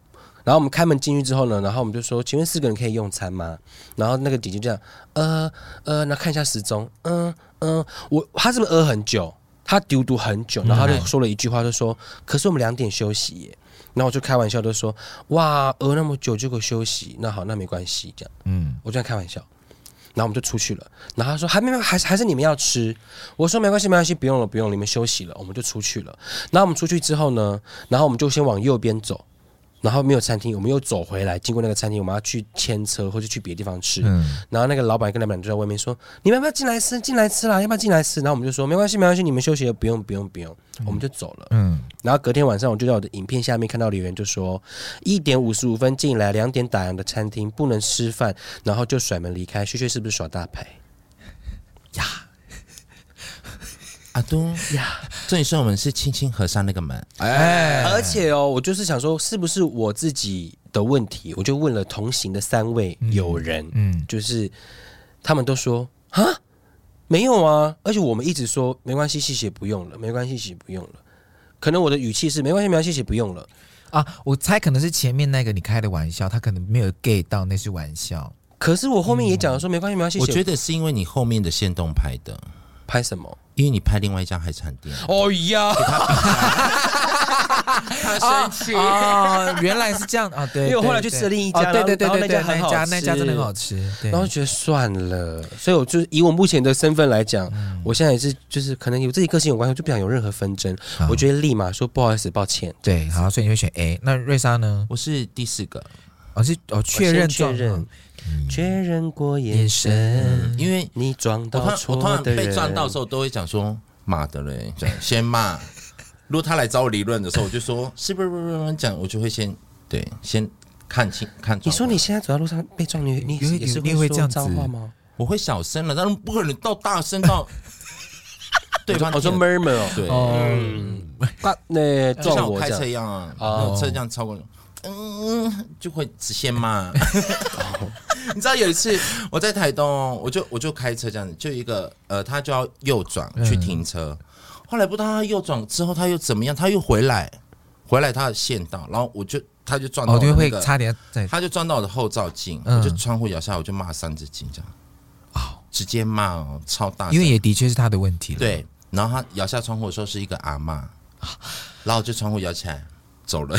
Speaker 1: 然后我们开门进去之后呢，然后我们就说，请问四个人可以用餐吗？然后那个姐姐这样，呃呃，那看一下时钟，嗯嗯，我她是不是呃很久？她丢读很久，然后她就说了一句话，就说，可是我们两点休息耶。然后我就开玩笑就说，哇，呃那么久就给我休息，那好，那没关系，这样，
Speaker 2: 嗯
Speaker 1: 嗯，我这样开玩笑。然后我们就出去了，然后她说还没有，还是还是你们要吃，我说没关系，没关系，不用了，不用了，你们休息了，我们就出去了。然后我们出去之后呢，然后我们就先往右边走，然后没有餐厅，我们又走回来，经过那个餐厅，我们要去牵车或者去别的地方吃。
Speaker 2: 嗯
Speaker 1: 然后那个老板跟老板就在外面说：“你们要不要进来吃？进来吃啦，要不要进来吃？”然后我们就说：“没关系，没关系，你们休息了，不用，不用，不用。”我们就走了。
Speaker 2: 嗯，
Speaker 1: 然后隔天晚上，我就在我的影片下面看到留言，就说一点五十五分进来，两点打烊的餐厅不能吃饭，然后就甩门离开。薛薛是不是耍大牌？
Speaker 3: 阿东
Speaker 1: 呀
Speaker 3: 呀，重点是我们是轻轻合上那个门，
Speaker 2: 哎，
Speaker 1: 而且哦，我就是想说，是不是我自己的问题？我就问了同行的三位友人，
Speaker 2: 嗯
Speaker 1: 就是他们都说啊，没有啊，而且我们一直说没关系，谢谢不用了，没关系，谢谢不用了。可能我的语气是没关系，没关系，谢谢不用了。
Speaker 2: 啊，我猜可能是前面那个你开的玩笑，他可能没有 get 到那是玩笑。
Speaker 1: 可是我后面也讲了说没关系，没关系，
Speaker 3: 我
Speaker 1: 谢
Speaker 3: 觉
Speaker 1: 谢。
Speaker 3: 得是因为你后面的线动拍的，
Speaker 1: 拍什么？
Speaker 3: 因为你拍另外一家海产店，
Speaker 1: 哦呀，
Speaker 2: 生气啊，原来是这样啊，对，
Speaker 1: 因为我后来去
Speaker 2: 对对
Speaker 1: 吃了另一
Speaker 2: 哦
Speaker 1: 家
Speaker 2: 对对对
Speaker 1: 然后
Speaker 2: 对
Speaker 1: 那家
Speaker 2: 对，
Speaker 1: 很
Speaker 2: 那
Speaker 1: 好
Speaker 2: 家那家真的很
Speaker 1: 吃
Speaker 2: 好吃，对
Speaker 1: 然后觉得算了，所以我就以我目前的身份来讲，我现在也是就是可能有自己个性有关系，我就不想有任何纷争，
Speaker 2: 好
Speaker 1: 我觉得立马说不好意思，抱歉。
Speaker 2: 对，好，所以你会选 A。那瑞莎呢？
Speaker 3: 我是第四个，
Speaker 2: 哦，是哦，确
Speaker 1: 我先
Speaker 2: 认
Speaker 1: 确
Speaker 2: 状
Speaker 1: 认，确认过眼
Speaker 2: 眼
Speaker 1: 神，
Speaker 2: 神，
Speaker 3: 因为
Speaker 1: 你撞
Speaker 3: 我
Speaker 1: 到
Speaker 3: 通我
Speaker 1: 错
Speaker 3: 通常
Speaker 1: 的人。
Speaker 3: 被撞到的时候都会讲说骂的嘞，对先骂。如果他来找我理论的时候，我就说是不是不是不是讲，我就会先对先看清看。
Speaker 1: 你说你，现在走在路上被撞，你你
Speaker 2: 有一
Speaker 1: 也是
Speaker 2: 你也会
Speaker 1: 说
Speaker 2: 这样子
Speaker 1: 脏话吗？
Speaker 3: 我会小声了，但是不可能到大声 到对方
Speaker 1: 我说
Speaker 3: 听得
Speaker 1: murmur 哦，
Speaker 3: 对，
Speaker 1: 嗯，啊那
Speaker 3: 就
Speaker 1: 撞
Speaker 3: 像
Speaker 1: 我
Speaker 3: 我开
Speaker 1: 这
Speaker 3: 车
Speaker 1: 样，
Speaker 3: 一样啊，
Speaker 1: 哦
Speaker 3: 我车这样超过，嗯，就会直线骂。 你知道有一次我在台东，我就我就开车这样子，就一个呃，他就要右转去停车，后来不知道他右转之后他又怎么样，他又回来，回来他的线道，然后我就他就撞到
Speaker 2: 哦，
Speaker 3: 我
Speaker 2: 就会
Speaker 3: 那个
Speaker 2: 差点在
Speaker 3: 他就撞到我的后照镜，
Speaker 2: 嗯
Speaker 3: 我就窗户摇下来，我就骂三字经这样，哦，直接骂哦，超大声，
Speaker 2: 因为也的确是他的问题了。，
Speaker 3: 对，然后他摇下窗户的时候是一个 阿嬷，然后我就窗户摇起来走了，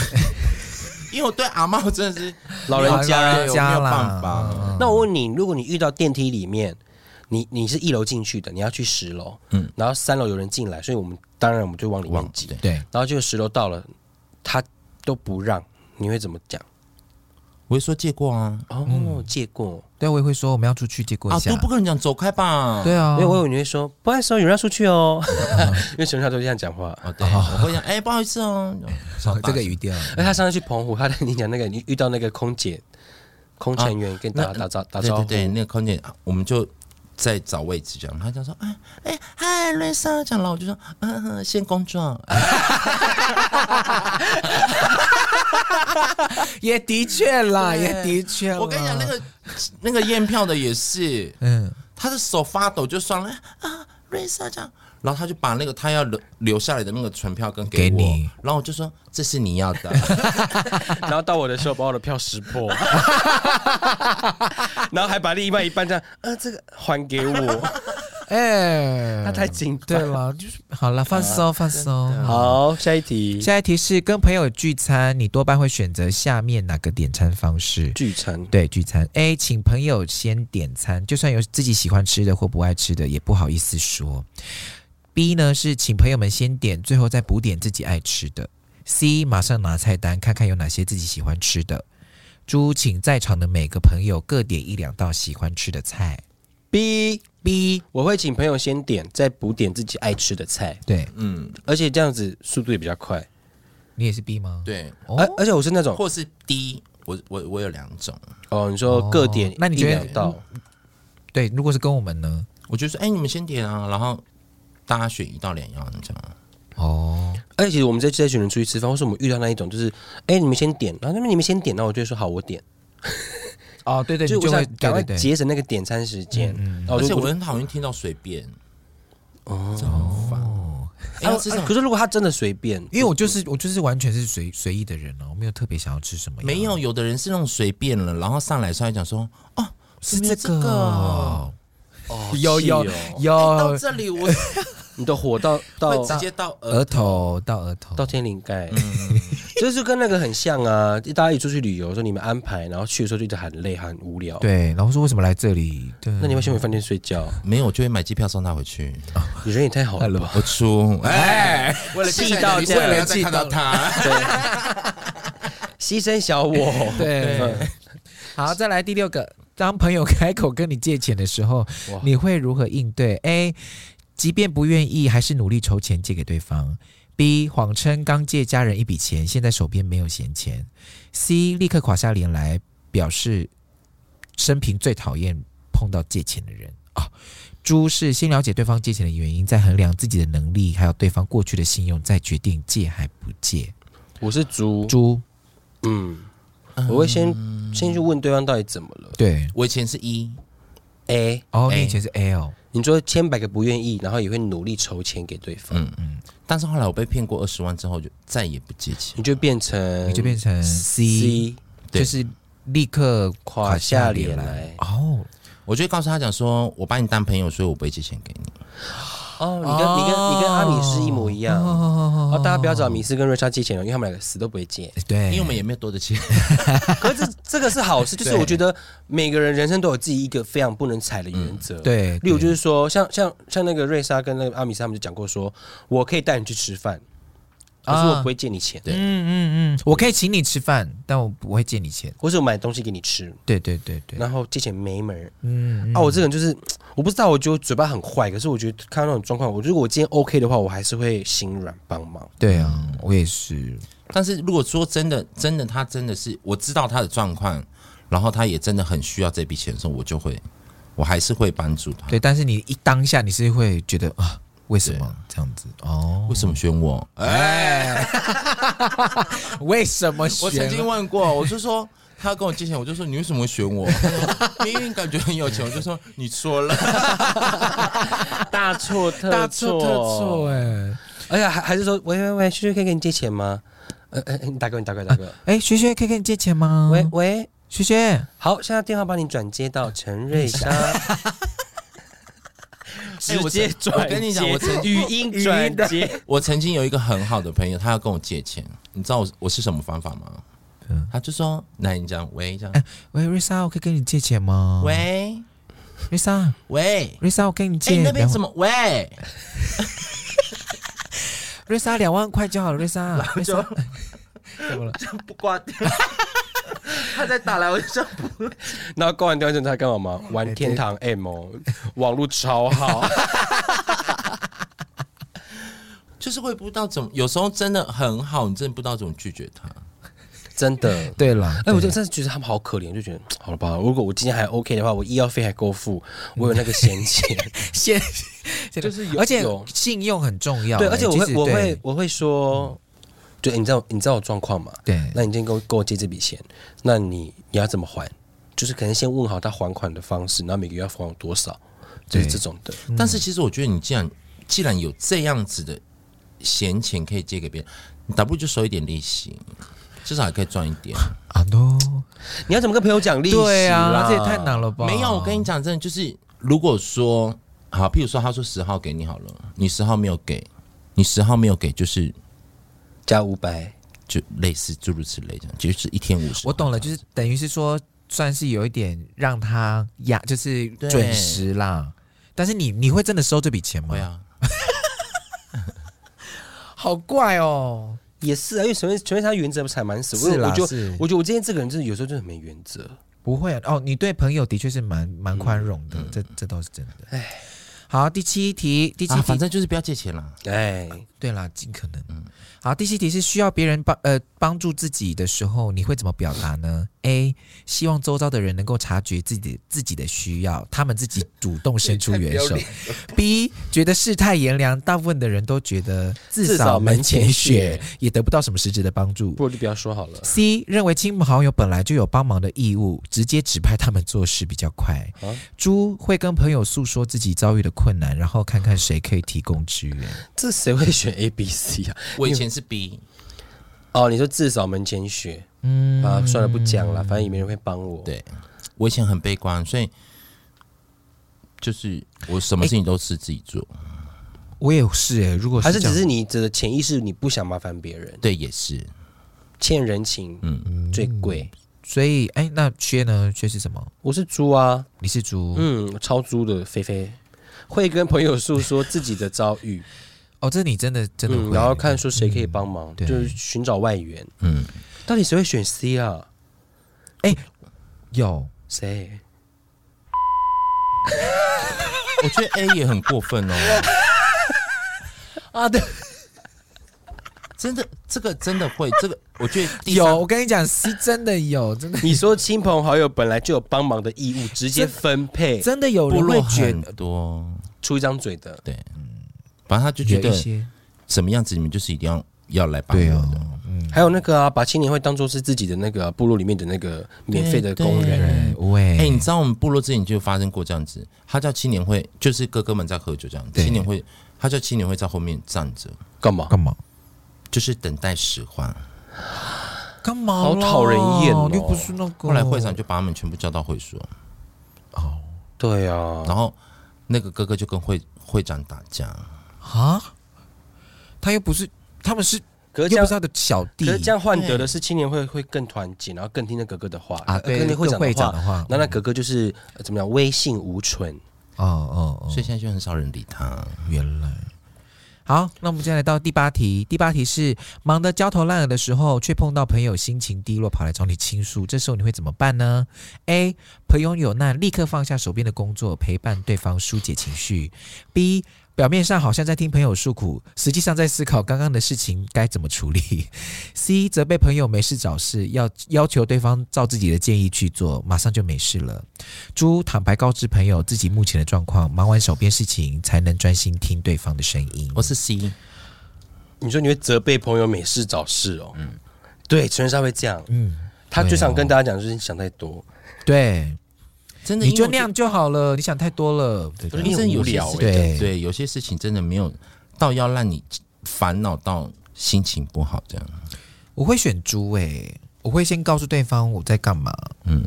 Speaker 3: 因为我对阿嬷我真的是
Speaker 1: 老人
Speaker 2: 老
Speaker 1: 家
Speaker 2: 人。
Speaker 3: 对
Speaker 2: 家
Speaker 3: 我没有
Speaker 2: 啦嗯
Speaker 3: 办法。
Speaker 1: 那我问你，如果你遇到电梯里面，你你是一楼进去的，你要去十楼，嗯
Speaker 3: 嗯，
Speaker 1: 然后三楼有人进来，所以我们当然我们就往里面
Speaker 3: 忘
Speaker 1: 挤
Speaker 3: 记，，
Speaker 2: 对，
Speaker 1: 然后就十楼到了，他都不让，你会怎么讲？
Speaker 3: 我会说借过啊，
Speaker 1: 哦，借过，
Speaker 2: 对，我也会说我们要出去结果一
Speaker 3: 啊
Speaker 2: 下
Speaker 3: 都，不跟人讲走开吧。
Speaker 2: 对啊
Speaker 1: 因为，我以为你会说不好意思哦，有人要出去哦， 因为全校都这样讲话。
Speaker 3: 哦，对，我会讲，哎、不好意思哦，超大
Speaker 2: 这个语调，
Speaker 1: 哎，他上次去澎湖，他 在你讲那个，你遇到那个空姐、空乘员跟大家打招打
Speaker 3: 啊对
Speaker 1: 招呼，
Speaker 3: 对对，那个空姐，啊我们就在找位置这样，他讲说，哎哎嗨，瑞莎，这样，然后我就说，嗯、嗯，先工作，
Speaker 2: 也的确啦，
Speaker 3: 对
Speaker 2: 也的确啦。
Speaker 3: 我跟你讲，那个 那个验票的也是，
Speaker 2: 嗯，
Speaker 3: 他的手发抖就算了啊，瑞莎这样，然后他就把那个他要留留下来的那个传票跟
Speaker 2: 给
Speaker 3: 我，
Speaker 2: 你
Speaker 3: 然后我就说这是你要的，
Speaker 1: 然后到我的时候把我的票识破， 然后还把另一半一半这样， 呃，这个还给我，
Speaker 2: 哎，
Speaker 1: 他太紧
Speaker 2: 对
Speaker 1: 张。
Speaker 2: 了，就是好了，放松放松。
Speaker 1: 啊好，下一题，
Speaker 2: 下一题是跟朋友聚餐，你多半会选择下面哪个点餐方式？
Speaker 1: 聚餐，
Speaker 2: 对，聚餐。A，请朋友先点餐，就算有自己喜欢吃的或不爱吃的，也不好意思说。B 呢是请朋友们先点，最后再补点自己爱吃的。C 马上拿菜单，看看有哪些自己喜欢吃的。猪，请在场的每个朋友各点一两道喜欢吃的菜。
Speaker 1: B，
Speaker 2: B，
Speaker 1: 我会请朋友先点，再补点自己爱吃的菜，
Speaker 2: 对
Speaker 3: 嗯，
Speaker 1: 而且这样子速度也比较快。
Speaker 2: 你也是 B 吗？，
Speaker 3: 对，
Speaker 2: 哦
Speaker 1: 而、而且我是那种
Speaker 3: 或是 D，我我我有两种，
Speaker 1: 哦，你说各点
Speaker 2: 哦那你
Speaker 1: 一
Speaker 2: 觉得
Speaker 1: 两道，
Speaker 2: 对，如果是跟我们呢？
Speaker 3: 我就说哎、你们先点啊，然后大家选一到两样这样，
Speaker 2: 哦，
Speaker 1: 而且其实我们这这群人出去吃饭，或是我们遇到那一种，就是哎，你们先点，然后那边你们先点，然后我就会说好，我点，
Speaker 2: 哦，对对，
Speaker 1: 就是
Speaker 2: 你
Speaker 1: 我
Speaker 2: 就会
Speaker 1: 想赶快
Speaker 2: 对对对嗯
Speaker 1: 节省那个点餐时间。然后
Speaker 3: 而
Speaker 1: 就
Speaker 3: 且我很讨厌听到随便，哦，这很烦。哎、
Speaker 1: 啊
Speaker 3: 要吃什么
Speaker 1: 可是如果他真的随便，
Speaker 2: 因为我就是我就是完全是随随意的人哦，我没有特别想要吃什么。
Speaker 3: 没有，，有的人是那种随便了，然后上来的时候还讲说，哦，
Speaker 2: 是
Speaker 3: 没有
Speaker 2: 这
Speaker 3: 这
Speaker 2: 个
Speaker 3: 个，
Speaker 2: 哦，
Speaker 1: 哦
Speaker 2: 有有
Speaker 1: 是哦
Speaker 3: 哎到
Speaker 2: 有
Speaker 3: 这里我
Speaker 1: 你的火到到
Speaker 3: 会直接到
Speaker 2: 额
Speaker 3: 呃，
Speaker 2: 头到额头
Speaker 1: 到天灵
Speaker 2: 嗯
Speaker 1: 盖， 就是跟那个很像啊！大家一起出去旅游的时候，你们安排，然后去的时候就一直很累、很无聊。，
Speaker 2: 对，然后说为什么来这里？对，
Speaker 1: 哦那你们先回饭店睡觉，
Speaker 3: 没有，我就会买机票送他回去。
Speaker 1: 你人也太好 了吧？
Speaker 3: 我出，哦哎，为了
Speaker 1: 气到这样
Speaker 3: 为了再看到他，
Speaker 1: 对，牺牲小我。嗯
Speaker 2: 对。好，再来第六个，当朋友开口跟你借钱的时候，
Speaker 1: 哇，
Speaker 2: 你会如何应对？A，即便不愿意，还是努力筹钱借给对方。B，谎称刚借家人一笔钱，现在手边没有闲钱。C，立刻垮下脸来，表示生平最讨厌碰到借钱的人啊。猪是先了解对方借钱的原因，再衡量自己的能力，还有对方过去的信用，再决定借还不借。
Speaker 1: 我是猪，
Speaker 2: 猪嗯
Speaker 1: 嗯，我会先先去问对方到底怎么了。
Speaker 2: 对，
Speaker 3: 我以前是一，
Speaker 1: A，
Speaker 2: 哦，
Speaker 3: A
Speaker 2: 你以前是 L，
Speaker 1: 你说千百个不愿意，然后也会努力筹钱给对方，
Speaker 3: 嗯嗯，但是后来我被骗过二十万之后，就再也不借钱
Speaker 1: 你。就变成
Speaker 2: 你就变成 C，,
Speaker 1: C
Speaker 3: 对
Speaker 2: 就是立刻
Speaker 1: 垮下脸来。
Speaker 2: 哦，
Speaker 3: 我就会告诉他讲说，我把你当朋友，所以我不会借钱给你。
Speaker 1: 哦，你跟你跟你跟阿米是一模一样。
Speaker 2: 哦
Speaker 1: 哦，大家不要找米斯跟瑞莎借钱哦了，因为他们两个死都不会借。
Speaker 2: 对，
Speaker 3: 因为我们也没有多的钱，
Speaker 1: 可是这这个是好事，就是
Speaker 2: 对
Speaker 1: 我觉得每个人人生都有自己一个非常不能踩的原则。，
Speaker 2: 对，
Speaker 1: 例如就是是说，像像像那个瑞莎跟那个阿米斯他们就讲过说，我可以带你去吃饭，可是我不会借你钱，
Speaker 3: 对
Speaker 2: 嗯嗯嗯，我可以请你吃饭，但我不会借你钱。
Speaker 1: 或是我买东西给你吃，
Speaker 2: 对对对对，
Speaker 1: 然后借钱没门儿。
Speaker 2: 嗯
Speaker 1: 啊，我这个人就是我不知道，我觉得我嘴巴很坏，可是我觉得看到那种状况，我如果我今天 OK 的话，我还是会心软帮忙。
Speaker 2: 对啊，我也是，
Speaker 3: 但是如果说真的，真的他真的是我知道他的状况，然后他也真的很需要这笔钱的时候，我就会，我还是会帮助他。
Speaker 2: 对，但是你一当下你是会觉得啊，为什么这样子？哦
Speaker 3: 为，什么选我？哎，
Speaker 2: 为什么
Speaker 3: 我曾经
Speaker 2: 选？
Speaker 3: 问过，我就说他跟我借钱，我就说你为什么会选 我？他说明明感觉很有钱，我就说你说了。
Speaker 1: 大错特
Speaker 2: 大错特错哎
Speaker 1: 而且还还是说，喂喂喂，旭旭可以给你借钱吗？呃呃，呃你打给我，你打给我，打给我。
Speaker 2: 哎，学学可以跟你借钱吗？
Speaker 1: 喂喂，
Speaker 2: 学学，
Speaker 1: 好，现在电话帮你转接到陈瑞莎。 哎直
Speaker 3: 我
Speaker 1: 接
Speaker 3: 曾
Speaker 1: 转接，
Speaker 3: 我跟你讲我 曾
Speaker 1: 语音转接，
Speaker 3: 我曾经有一个很好的朋友，他要跟我借钱，你知道我我是什么方法吗？
Speaker 2: 嗯哎
Speaker 3: 他就说：“那你讲，喂，这样，
Speaker 2: 喂瑞莎，我可以跟你借钱吗？
Speaker 3: 喂
Speaker 2: 瑞莎，
Speaker 3: 喂，
Speaker 2: 瑞莎，我跟你
Speaker 3: 哎、
Speaker 2: 借
Speaker 3: 那边
Speaker 2: 两
Speaker 3: 怎么喂？”
Speaker 2: 瑞莎两万块就好了，瑞莎，瑞莎，怎么了？
Speaker 3: 不挂掉。他再打来，我就说
Speaker 1: 然后挂完电话之后他干嘛吗？玩天 堂 M 哦，网络超好。
Speaker 3: 就是会不知道怎么，有时候真的很好，你真的不知道怎么拒绝他。
Speaker 1: 真的。
Speaker 2: 对了，
Speaker 1: 哎，我
Speaker 2: 对
Speaker 1: 就真的觉得他们好可怜，就觉得好了吧，如果我今天还 OK 的话，我医药费还够付，我有那个闲 钱。
Speaker 2: 现
Speaker 1: 就是有
Speaker 2: 而且
Speaker 1: 有
Speaker 2: 信用很重要欸。
Speaker 1: 对，嗯而且我
Speaker 2: 其
Speaker 1: 会
Speaker 2: 实
Speaker 1: 我
Speaker 2: 对
Speaker 1: 会我会说，对，你知道你知道我状况嘛？
Speaker 2: 对
Speaker 1: 那你今天跟我跟我借这笔钱，那你你要怎么还？就是可能先问好他还款的方式，然后每个月要还我多少，就是
Speaker 2: 对嗯
Speaker 1: 这种的。
Speaker 3: 但是其实我觉得你既然既然有这样子的闲钱可以借给别人，你倒不如就收一点利息，至少还可以赚一点。
Speaker 2: 啊 no，
Speaker 1: 你要怎么跟朋友讲利息啦？
Speaker 2: 对啊，这也太难了吧？
Speaker 3: 没有，我跟你讲，真的就是，如果说好，譬如说他说十号给你好了，你十号没有给，你十号没有给，就是
Speaker 1: 加五百，
Speaker 3: 就类似诸如此类这样，就是一天五十。
Speaker 2: 我懂了，就是等于是说，算是有一点让他压，就是
Speaker 3: 对
Speaker 2: 准时啦。但是你你会真的收这笔钱吗？
Speaker 3: 会，啊，
Speaker 2: 好怪哦。
Speaker 1: 也是啊，因为前面前面他原则不是还蛮死，
Speaker 2: 是
Speaker 1: 我
Speaker 2: 啦
Speaker 1: 我就是我觉得我今天这个人真的有时候真的很没原则，
Speaker 2: 不会啊哦，你对朋友的确是蛮蛮宽容的，这这倒是真的。哎，好，第七题，第七
Speaker 3: 啊，
Speaker 2: 题，
Speaker 3: 反正就是不要借钱啦。
Speaker 1: 哎，
Speaker 2: 对啦，尽可能。
Speaker 1: 嗯
Speaker 2: 好，第七题是需要别人帮呃帮助自己的时候，你会怎么表达呢？A. 希望周遭的人能够察觉自己的自己的需要，他们自己主动伸出援手。B. 觉得世态炎凉，大部分的人都觉得自
Speaker 1: 自
Speaker 2: 扫
Speaker 1: 扫
Speaker 2: 门
Speaker 1: 门
Speaker 2: 前
Speaker 1: 前
Speaker 2: 雪
Speaker 1: 雪，
Speaker 2: 也得不到什么实质的帮助。
Speaker 1: 不如就不要说好了
Speaker 2: C 认为亲朋好友本来就有帮忙的义务，直接指派他们做事比较快。
Speaker 1: 啊。
Speaker 2: 猪会跟朋友诉说自己遭遇的困难，然后看看谁可以提供支援。
Speaker 1: 这谁会选 A B C 啊？
Speaker 3: 我以前是 B，
Speaker 1: 哦，你说至少门前雪
Speaker 2: 嗯
Speaker 1: 啊，算了不讲了，反正也没人会帮我。
Speaker 3: 对我以前很悲观，所以就是我什么事情都是自己 做。
Speaker 2: 我也是哎、如果
Speaker 1: 还是
Speaker 2: 这
Speaker 1: 只
Speaker 2: 样
Speaker 1: 是你的潜意识你不想麻烦别人，
Speaker 3: 对，也是，
Speaker 1: 欠人情
Speaker 3: 嗯，
Speaker 1: 最贵。
Speaker 2: 所以哎、那薛呢？薛是什么？
Speaker 1: 我是猪啊，
Speaker 2: 你是猪、
Speaker 1: 嗯，超猪的菲菲。会跟朋友诉说自己的遭 遇，
Speaker 2: 哦，这你真的真的会、
Speaker 1: 嗯，然后看说谁可以帮忙，
Speaker 2: 对
Speaker 1: 就是寻找外援。
Speaker 3: 嗯，
Speaker 1: 到底谁会选 C 啊？
Speaker 2: 有
Speaker 1: 谁？
Speaker 3: 我觉得 A 也很过 分哦。
Speaker 2: 啊，对，
Speaker 3: 真的，这个真的会，这个我觉得第三
Speaker 2: 有。我跟你讲，C 真的有，真的
Speaker 1: 你说亲朋好友本来就有帮忙的义务，直接分配
Speaker 2: 真的有
Speaker 3: 部
Speaker 2: 人会
Speaker 3: 落
Speaker 2: 觉
Speaker 3: 很
Speaker 2: 得
Speaker 3: 多，
Speaker 1: 出一张嘴的，
Speaker 3: 反正他就觉
Speaker 2: 有一
Speaker 3: 得
Speaker 2: 些
Speaker 3: 什么样子，你们就是一定要要来帮我
Speaker 2: 对哦
Speaker 3: 的。，
Speaker 1: 还有那个啊，把青年会当做是自己的那个部落里面的那个免费的工
Speaker 3: 对
Speaker 1: 人，
Speaker 2: 对喂，
Speaker 3: 哎、你知道我们部落之前就发生过这样子，他叫青年会，就是哥哥们在喝酒这样。
Speaker 2: 对
Speaker 3: 青年会，他叫青年会在后面站着，
Speaker 1: 干嘛？
Speaker 2: 干嘛？
Speaker 3: 就是等待使唤。
Speaker 2: 干嘛啦？
Speaker 1: 好讨人厌哦
Speaker 2: 又不是那个。
Speaker 3: 后来会长就把他们全部叫到会所，
Speaker 1: 对啊，
Speaker 2: 哦
Speaker 3: 然后那个哥哥就跟会会长打架。
Speaker 2: 啊，他又不是，他们是
Speaker 1: 可是
Speaker 2: 又
Speaker 1: 这
Speaker 2: 不
Speaker 1: 样
Speaker 2: 是，他的小弟
Speaker 1: 可是这样换得的是青年会会更团结，然后更听那哥哥的话
Speaker 2: 啊，
Speaker 1: 呃
Speaker 2: 对，
Speaker 1: 更听会
Speaker 2: 跟
Speaker 1: 长
Speaker 2: 会
Speaker 1: 的
Speaker 2: 长
Speaker 1: 话。
Speaker 2: 的话，
Speaker 1: 那那哥哥就是、呃怎么样，威信无存。
Speaker 2: 哦哦哦，
Speaker 3: 所以现在就很少人理他。
Speaker 2: 原来。好，那我们接下来到第八题。第八题是忙得焦头烂额的时候，却碰到朋友心情低落跑来找你倾诉，这时候你会怎么办呢？A. 朋友有难，立刻放下手边的工作，陪伴对方疏解情绪。B. 表面上好像在听朋友诉苦，实际上在思考刚刚的事情该怎么处理。C. 责备朋友没事找事，要要求对方照自己的建议去做，马上就没事了。猪坦白告知朋友自己目前的状况，忙完手边事情才能专心听对方的声音。
Speaker 3: 我是 C，
Speaker 1: 你说你会责备朋友没事找事哦？嗯，对，陈莎会这样。
Speaker 2: 嗯，
Speaker 1: 他最想
Speaker 2: 对哦
Speaker 1: 跟大家讲就是你想太多，
Speaker 2: 对，
Speaker 3: 真的
Speaker 2: 你就
Speaker 3: 因
Speaker 2: 那
Speaker 3: 为我
Speaker 2: 样就好了，你想太多了。对不
Speaker 3: 觉
Speaker 2: 对
Speaker 3: 得，
Speaker 1: 你
Speaker 3: 因为真的有些
Speaker 1: 很无聊
Speaker 3: 事
Speaker 2: 欸对
Speaker 3: 对，有些事情真的没有到要让你烦恼到心情不好这样。
Speaker 2: 我会选猪诶、我会先告诉对方我在干嘛。
Speaker 3: 嗯，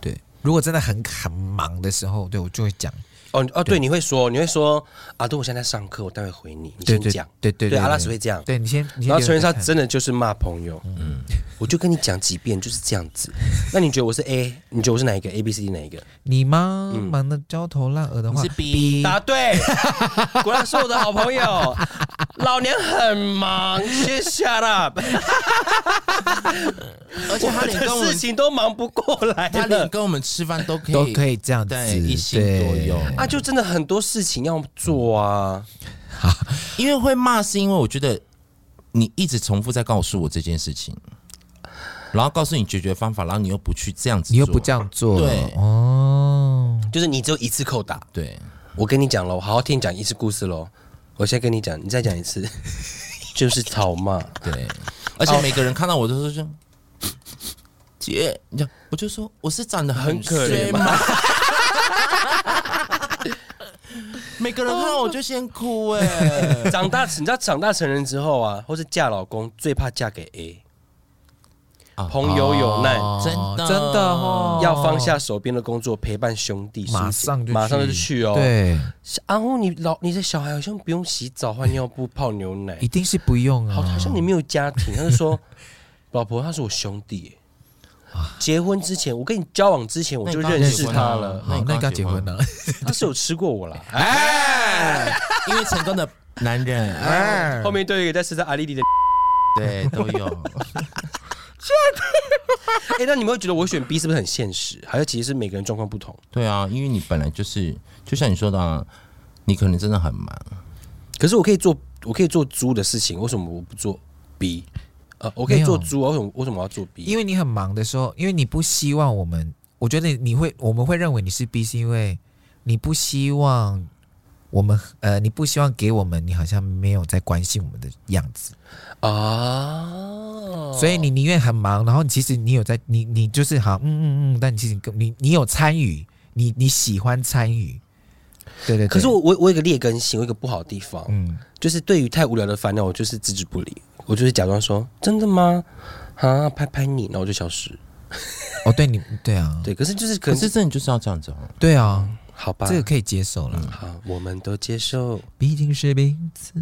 Speaker 2: 对，如果真的很很忙的时候，对我就会讲。
Speaker 1: 哦哦，对，你会说，你会说啊，对，我现在在上课，我待会回你，你
Speaker 2: 对
Speaker 1: 先
Speaker 2: 对
Speaker 1: 讲。
Speaker 2: 对对
Speaker 1: 对，阿拉斯会这样。
Speaker 2: 对你先，你先
Speaker 1: 然后陈
Speaker 2: 留
Speaker 1: 云
Speaker 2: 着
Speaker 1: 莎
Speaker 2: 看
Speaker 1: 真的就是骂朋友，嗯，我就跟你讲几遍就是这样子。那你觉得我是 A？你觉得我是哪一个？A、B、C、D 哪一个？
Speaker 2: 你吗？忙得焦头烂额的话，
Speaker 3: 你是
Speaker 2: E
Speaker 3: B
Speaker 1: 答对，果然是我的好朋友。老娘很忙，先 shut up，
Speaker 3: 而且他连跟我
Speaker 1: 事
Speaker 3: 们，
Speaker 1: 情都忙不过来
Speaker 3: 他连
Speaker 1: 了。
Speaker 3: 跟我们吃饭都可以，
Speaker 2: 都可以这样子，
Speaker 3: 对一心多用
Speaker 2: 对。
Speaker 1: 啊，就真的很多事情要做啊。
Speaker 3: 因为会骂是因为我觉得你一直重复在告诉我这件事情，然后告诉你解决方法，然后你又不去这样子，
Speaker 2: 你又不这，样做，
Speaker 3: 对
Speaker 2: 哦，
Speaker 1: 就是你只有一次扣打，
Speaker 3: 对，
Speaker 1: 我跟你讲了，我好好听你讲一次故事喽。我现在跟你讲，你再讲一次， 就是吵骂。
Speaker 3: 对，而且每个人看到我都是说。姐，你讲，我就说我是长得很
Speaker 1: 很可怜
Speaker 3: 吗？ 每个人看到我就先哭哎、
Speaker 1: 长大，你知道长大成人之后啊，或是嫁老公，最怕嫁给 A，
Speaker 3: 啊
Speaker 1: 朋友有难。
Speaker 2: 哦
Speaker 3: 真的
Speaker 2: 真的哦，
Speaker 1: 要放下手边的工作，陪伴兄弟，
Speaker 2: 马
Speaker 1: 疏解
Speaker 2: 上就
Speaker 1: 马上就
Speaker 2: 去
Speaker 1: 去哦。，
Speaker 2: 对，
Speaker 1: 然后你老你的小孩好像不用洗澡、换尿布、泡牛奶
Speaker 2: 一，定是不用啊，
Speaker 1: 好好像你没有家庭。他就说，老婆，他是我兄弟耶。结婚之前，我跟你交往之前，我就
Speaker 3: 那你
Speaker 1: 认
Speaker 3: 刚
Speaker 1: 识他了。
Speaker 2: 好，那
Speaker 3: 那
Speaker 2: 你
Speaker 3: 你
Speaker 2: 刚
Speaker 3: 刚
Speaker 2: 结
Speaker 3: 结
Speaker 2: 婚
Speaker 3: 婚
Speaker 2: 了，
Speaker 1: 他是有吃过我啦，
Speaker 3: 哎，因为成功的男人，哎，
Speaker 1: 后面都有一个在吃在阿丽丽的。
Speaker 3: 对，都有。
Speaker 1: 哎，那你们会觉得我选 B 是不是很现实？还是其实是每个人状况不同？
Speaker 3: 对啊，因为你本来就是，就像你说的、啊，你可能真的很忙。
Speaker 1: 可是我可以做，我可以做猪的事情，为什么我不做 B？呃，我可
Speaker 2: 没
Speaker 1: 以
Speaker 2: 有
Speaker 1: 做猪，为什么为什么我要做 B？
Speaker 2: 因为你很忙的时候，因为你不希望我们，我觉得你会，我们会认为你是 B，是因为你不希望我们，呃，你不希望给我们，你好像没有在关心我们的样子，
Speaker 1: 啊，
Speaker 2: 所以你宁愿很忙，然后其实你有在，你你就是好，嗯嗯嗯，但你其实你你有参与，你你喜欢参与，对对对，
Speaker 1: 可是我我我有一个劣根性，我有一个不好的地方，
Speaker 2: 嗯，
Speaker 1: 就是对于太无聊的烦恼，我就是置之不理，我就是假装说真的吗？啊，拍拍你，然后我就消失。
Speaker 2: 哦，对你对啊，
Speaker 1: 对，可是就是可
Speaker 3: 可
Speaker 1: 能
Speaker 3: 是真的就是要这样子哦。
Speaker 2: 对啊，
Speaker 1: 好吧，
Speaker 2: 这个可以接受了。
Speaker 1: 好，我们都接受。
Speaker 2: 毕竟是名字。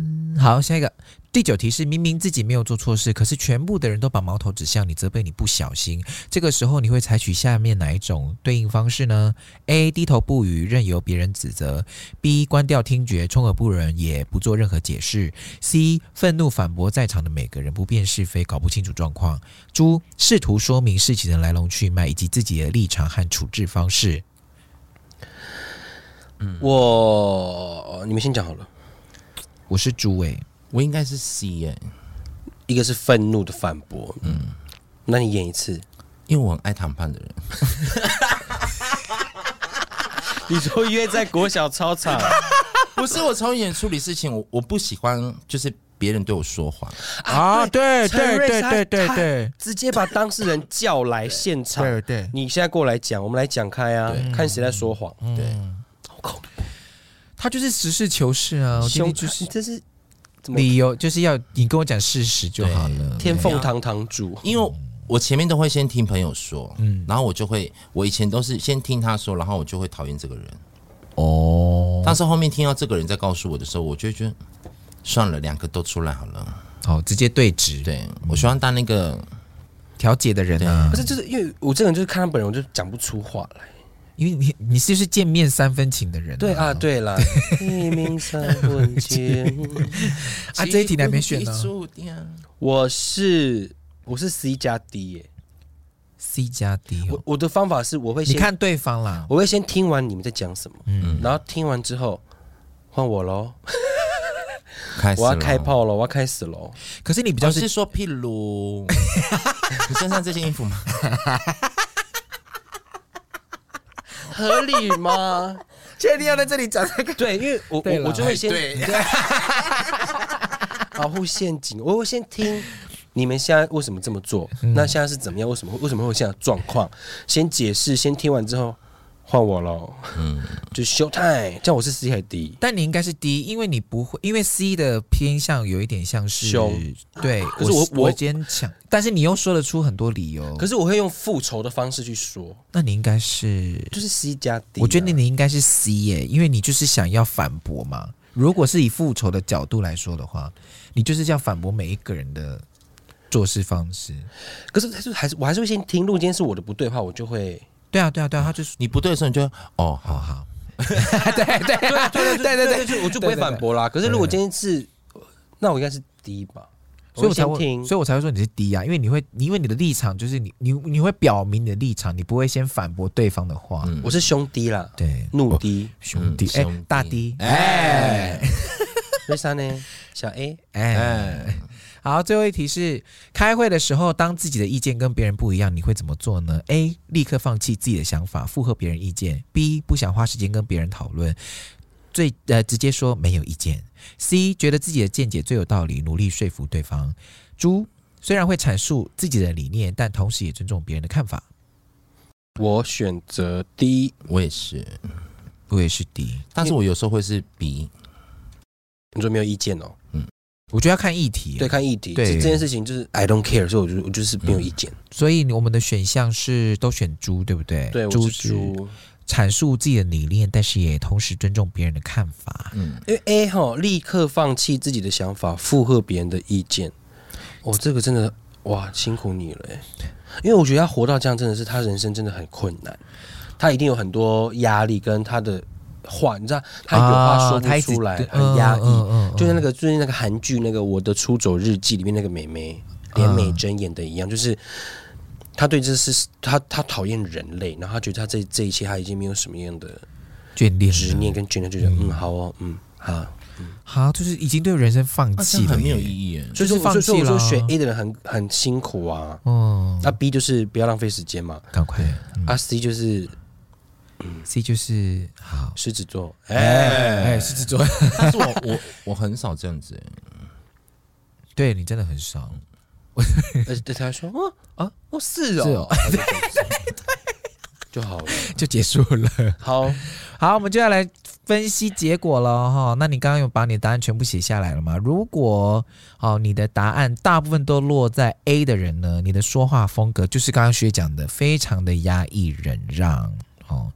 Speaker 2: 好，下一个第九题是明明自己没有做错事，可是全部的人都把矛头指向你，责备你不小心。这个时候你会采取下面哪一种对应方式呢？A. 低头不语，任由别人指责；B. 关掉听觉，充耳不闻，也不做任何解释；C. 愤怒反驳在场的每个人，不辨是非，搞不清楚状况；D. 试图说明事情的来龙去脉以及自己的立场和处置方式。
Speaker 1: 我你们先讲好了，
Speaker 2: 我是朱伟，
Speaker 3: 我应该是 C 耶、
Speaker 1: 一个是愤怒的反驳，嗯，那你演一次。
Speaker 3: 因为我很爱谈判的人。
Speaker 1: 你说约在国小操场
Speaker 3: 不是我从演处理事情，我我不喜欢就是别人对我说谎。
Speaker 2: 啊，对
Speaker 1: 对对对对
Speaker 2: 对
Speaker 1: 直接把当事人叫来现场，
Speaker 2: 对。
Speaker 1: 你现在过来讲，我们来讲开啊，看谁在说谎。
Speaker 3: 对，
Speaker 2: 他就是实事求是啊，我觉
Speaker 1: 凶，
Speaker 2: 得就是
Speaker 1: 你这是怎么
Speaker 2: 理由就是要你跟我讲事实就好了。
Speaker 1: 天凤堂堂主？
Speaker 3: 因为我前面都会先听朋友说，嗯，然后我就会，我以前都是先听他说，然后我就会讨厌这个人。
Speaker 2: 哦，
Speaker 3: 但是后面听到这个人在告诉我的时候，我就会觉得算了，两个都出来好了。
Speaker 2: 好，直接对质，
Speaker 3: 对我喜欢当那个
Speaker 2: 调解的人啊
Speaker 1: 不，是，就是因为我这个人就是看他本人，我就讲不出话来。
Speaker 2: 因为你你是不是见面三分情的人？
Speaker 1: 对啊，，对啦，一命三魂牵。
Speaker 2: 啊，这一题你还没选呢
Speaker 3: 呢。注定啊
Speaker 1: 我是我是 C 加 D 耶、
Speaker 2: ，C 加 D
Speaker 1: 我
Speaker 2: 哦，
Speaker 1: 我的方法是我会
Speaker 2: 你
Speaker 1: 先
Speaker 2: 看对方啦，
Speaker 1: 我会先听完你们在讲什么，
Speaker 2: 嗯
Speaker 1: 然后听完之后换我喽，
Speaker 3: 开始
Speaker 1: 我要开
Speaker 3: 了。
Speaker 1: 炮喽，我要开始喽。
Speaker 2: 可是你比
Speaker 3: 我
Speaker 2: 较
Speaker 3: 哦是
Speaker 2: 是
Speaker 3: 说，譬 如你身上这件衣服吗？
Speaker 1: 合理吗？
Speaker 2: 确定要在这里讲这个？
Speaker 1: 对，因为我
Speaker 2: 对啦
Speaker 1: 我我就会先保护陷阱，我会先听你们现在为什么这么做，那现在是怎么样？为什么为什么会有这样的状况？先解释，先听完之后换我喽。嗯，就 show time，这样我是 C 还是 D？
Speaker 2: 但你应该是 D，因为你不会，因为 C 的偏向有一点像是
Speaker 1: 凶，
Speaker 2: 对，
Speaker 1: 可是我
Speaker 2: 我
Speaker 1: 我
Speaker 2: 坚强，但是你又说得出很多理由，
Speaker 1: 可是我会用复仇的方式去说，
Speaker 2: 那你应该是
Speaker 1: 就是 C 加 D 啊。
Speaker 2: 我觉得你应该是 C 耶、因为你就是想要反驳嘛。如果是以复仇的角度来说的话，你就是要反驳每一个人的做事方式。
Speaker 1: 可是还是还是我还是会先听，如果今天是我的不对的话，我就会
Speaker 2: 对啊，对啊，
Speaker 1: 嗯
Speaker 2: 对啊，他就是
Speaker 3: 你不对的时候，你就哦
Speaker 2: 好
Speaker 3: 好
Speaker 2: 好，对对对对对对
Speaker 1: 对，我就不会反驳啦。可是如果今天是，那我应该是 D 吧，
Speaker 2: 所
Speaker 1: 会
Speaker 2: 以我才
Speaker 1: 先
Speaker 2: 会，
Speaker 1: 听
Speaker 2: 所以我才会说你是 D 啊，因为你会，你因为你的立场就是你你你会表明你的立场，你不会先反驳对方的话。
Speaker 3: 嗯
Speaker 1: 我是兄弟啦，
Speaker 2: 对，
Speaker 1: 嗯
Speaker 2: 哦
Speaker 1: 怒嗯低，
Speaker 2: 兄弟，哎、
Speaker 3: 兄弟
Speaker 2: 大 D，
Speaker 3: 哎
Speaker 1: 为啥呢？小 A，
Speaker 2: 哎，好，最后一题是开会的时候，当自己的意见跟别人不一样，你会怎么做呢？A. 立刻放弃自己的想法，附和别人意见；B. 不想花时间跟别人讨论，最呃直接说没有意见；C. 觉得自己的见解最有道理，努力说服对方。猪虽然会阐述自己的理念，但同时也尊重别人的看法。
Speaker 1: 我选择 D。
Speaker 3: 我也是，
Speaker 2: 我也是 D，
Speaker 3: 但是我有时候会是 B，
Speaker 1: 你说没有意见哦？
Speaker 2: 我觉得要看议题。
Speaker 1: 对，，嗯看议题，
Speaker 2: 对
Speaker 1: 这这件事情就是 I don't care，所以我就我就是没有意见。
Speaker 2: 所以我们的选项是都选猪，对不对？
Speaker 1: 对，我
Speaker 2: 猪
Speaker 1: 是猪，
Speaker 2: 阐述自己的理念，但是也同时尊重别人的看法。
Speaker 3: 嗯，
Speaker 1: 因为 A 哈立刻放弃自己的想法，附和别人的意见。哦，这个真的哇，辛苦你了欸，因为我觉得他活到这样，真的是他人生真的很困难，他一定有很多压力跟他的话，你知道，他有话说
Speaker 2: 啊
Speaker 1: 不出来，很压抑。
Speaker 2: 嗯
Speaker 1: 就像那个最近那个韩剧那个《我的出走日记》里面那个美眉，
Speaker 2: 嗯
Speaker 1: 连美珍演的一样，就是她对这是她她讨厌人类，然后她觉得她这这一切她已经没有什么样的
Speaker 2: 眷恋
Speaker 1: 执
Speaker 2: 了
Speaker 1: 念跟眷恋，就觉得嗯好哦，嗯好。
Speaker 2: 好，就是已经对人生放
Speaker 3: 那这
Speaker 2: 弃
Speaker 3: 样
Speaker 2: 了，
Speaker 3: 很没有意。义耶。
Speaker 1: 所以
Speaker 2: 就
Speaker 1: 说
Speaker 2: 是放
Speaker 1: 我，所以我
Speaker 2: 弃
Speaker 1: 说
Speaker 2: 了啊
Speaker 1: 选 A 的人很很辛苦啊。
Speaker 2: 嗯，
Speaker 1: 那 B 就是不要浪费时间嘛，
Speaker 2: 赶快。
Speaker 1: 啊 C 就是嗯
Speaker 2: C 就是好，
Speaker 1: 狮子座， 哎，
Speaker 2: 哎哎，狮子座，
Speaker 3: 但是我我 我很少这样子 耶，欸
Speaker 2: 对你真的很少，
Speaker 1: 呃对他说哦
Speaker 2: 啊
Speaker 1: 啊哦是
Speaker 2: 是
Speaker 1: 哦
Speaker 2: 哦，
Speaker 1: 对对就好了，
Speaker 2: 就结束了。
Speaker 1: 好，
Speaker 2: 好，我们就要来分析结果了哈。那你刚刚有把你的答案全部写下来了吗？如果哦你的答案大部分都落在 A 的人呢，你的说话风格就是刚刚学姐讲的，非常的压抑忍让哦。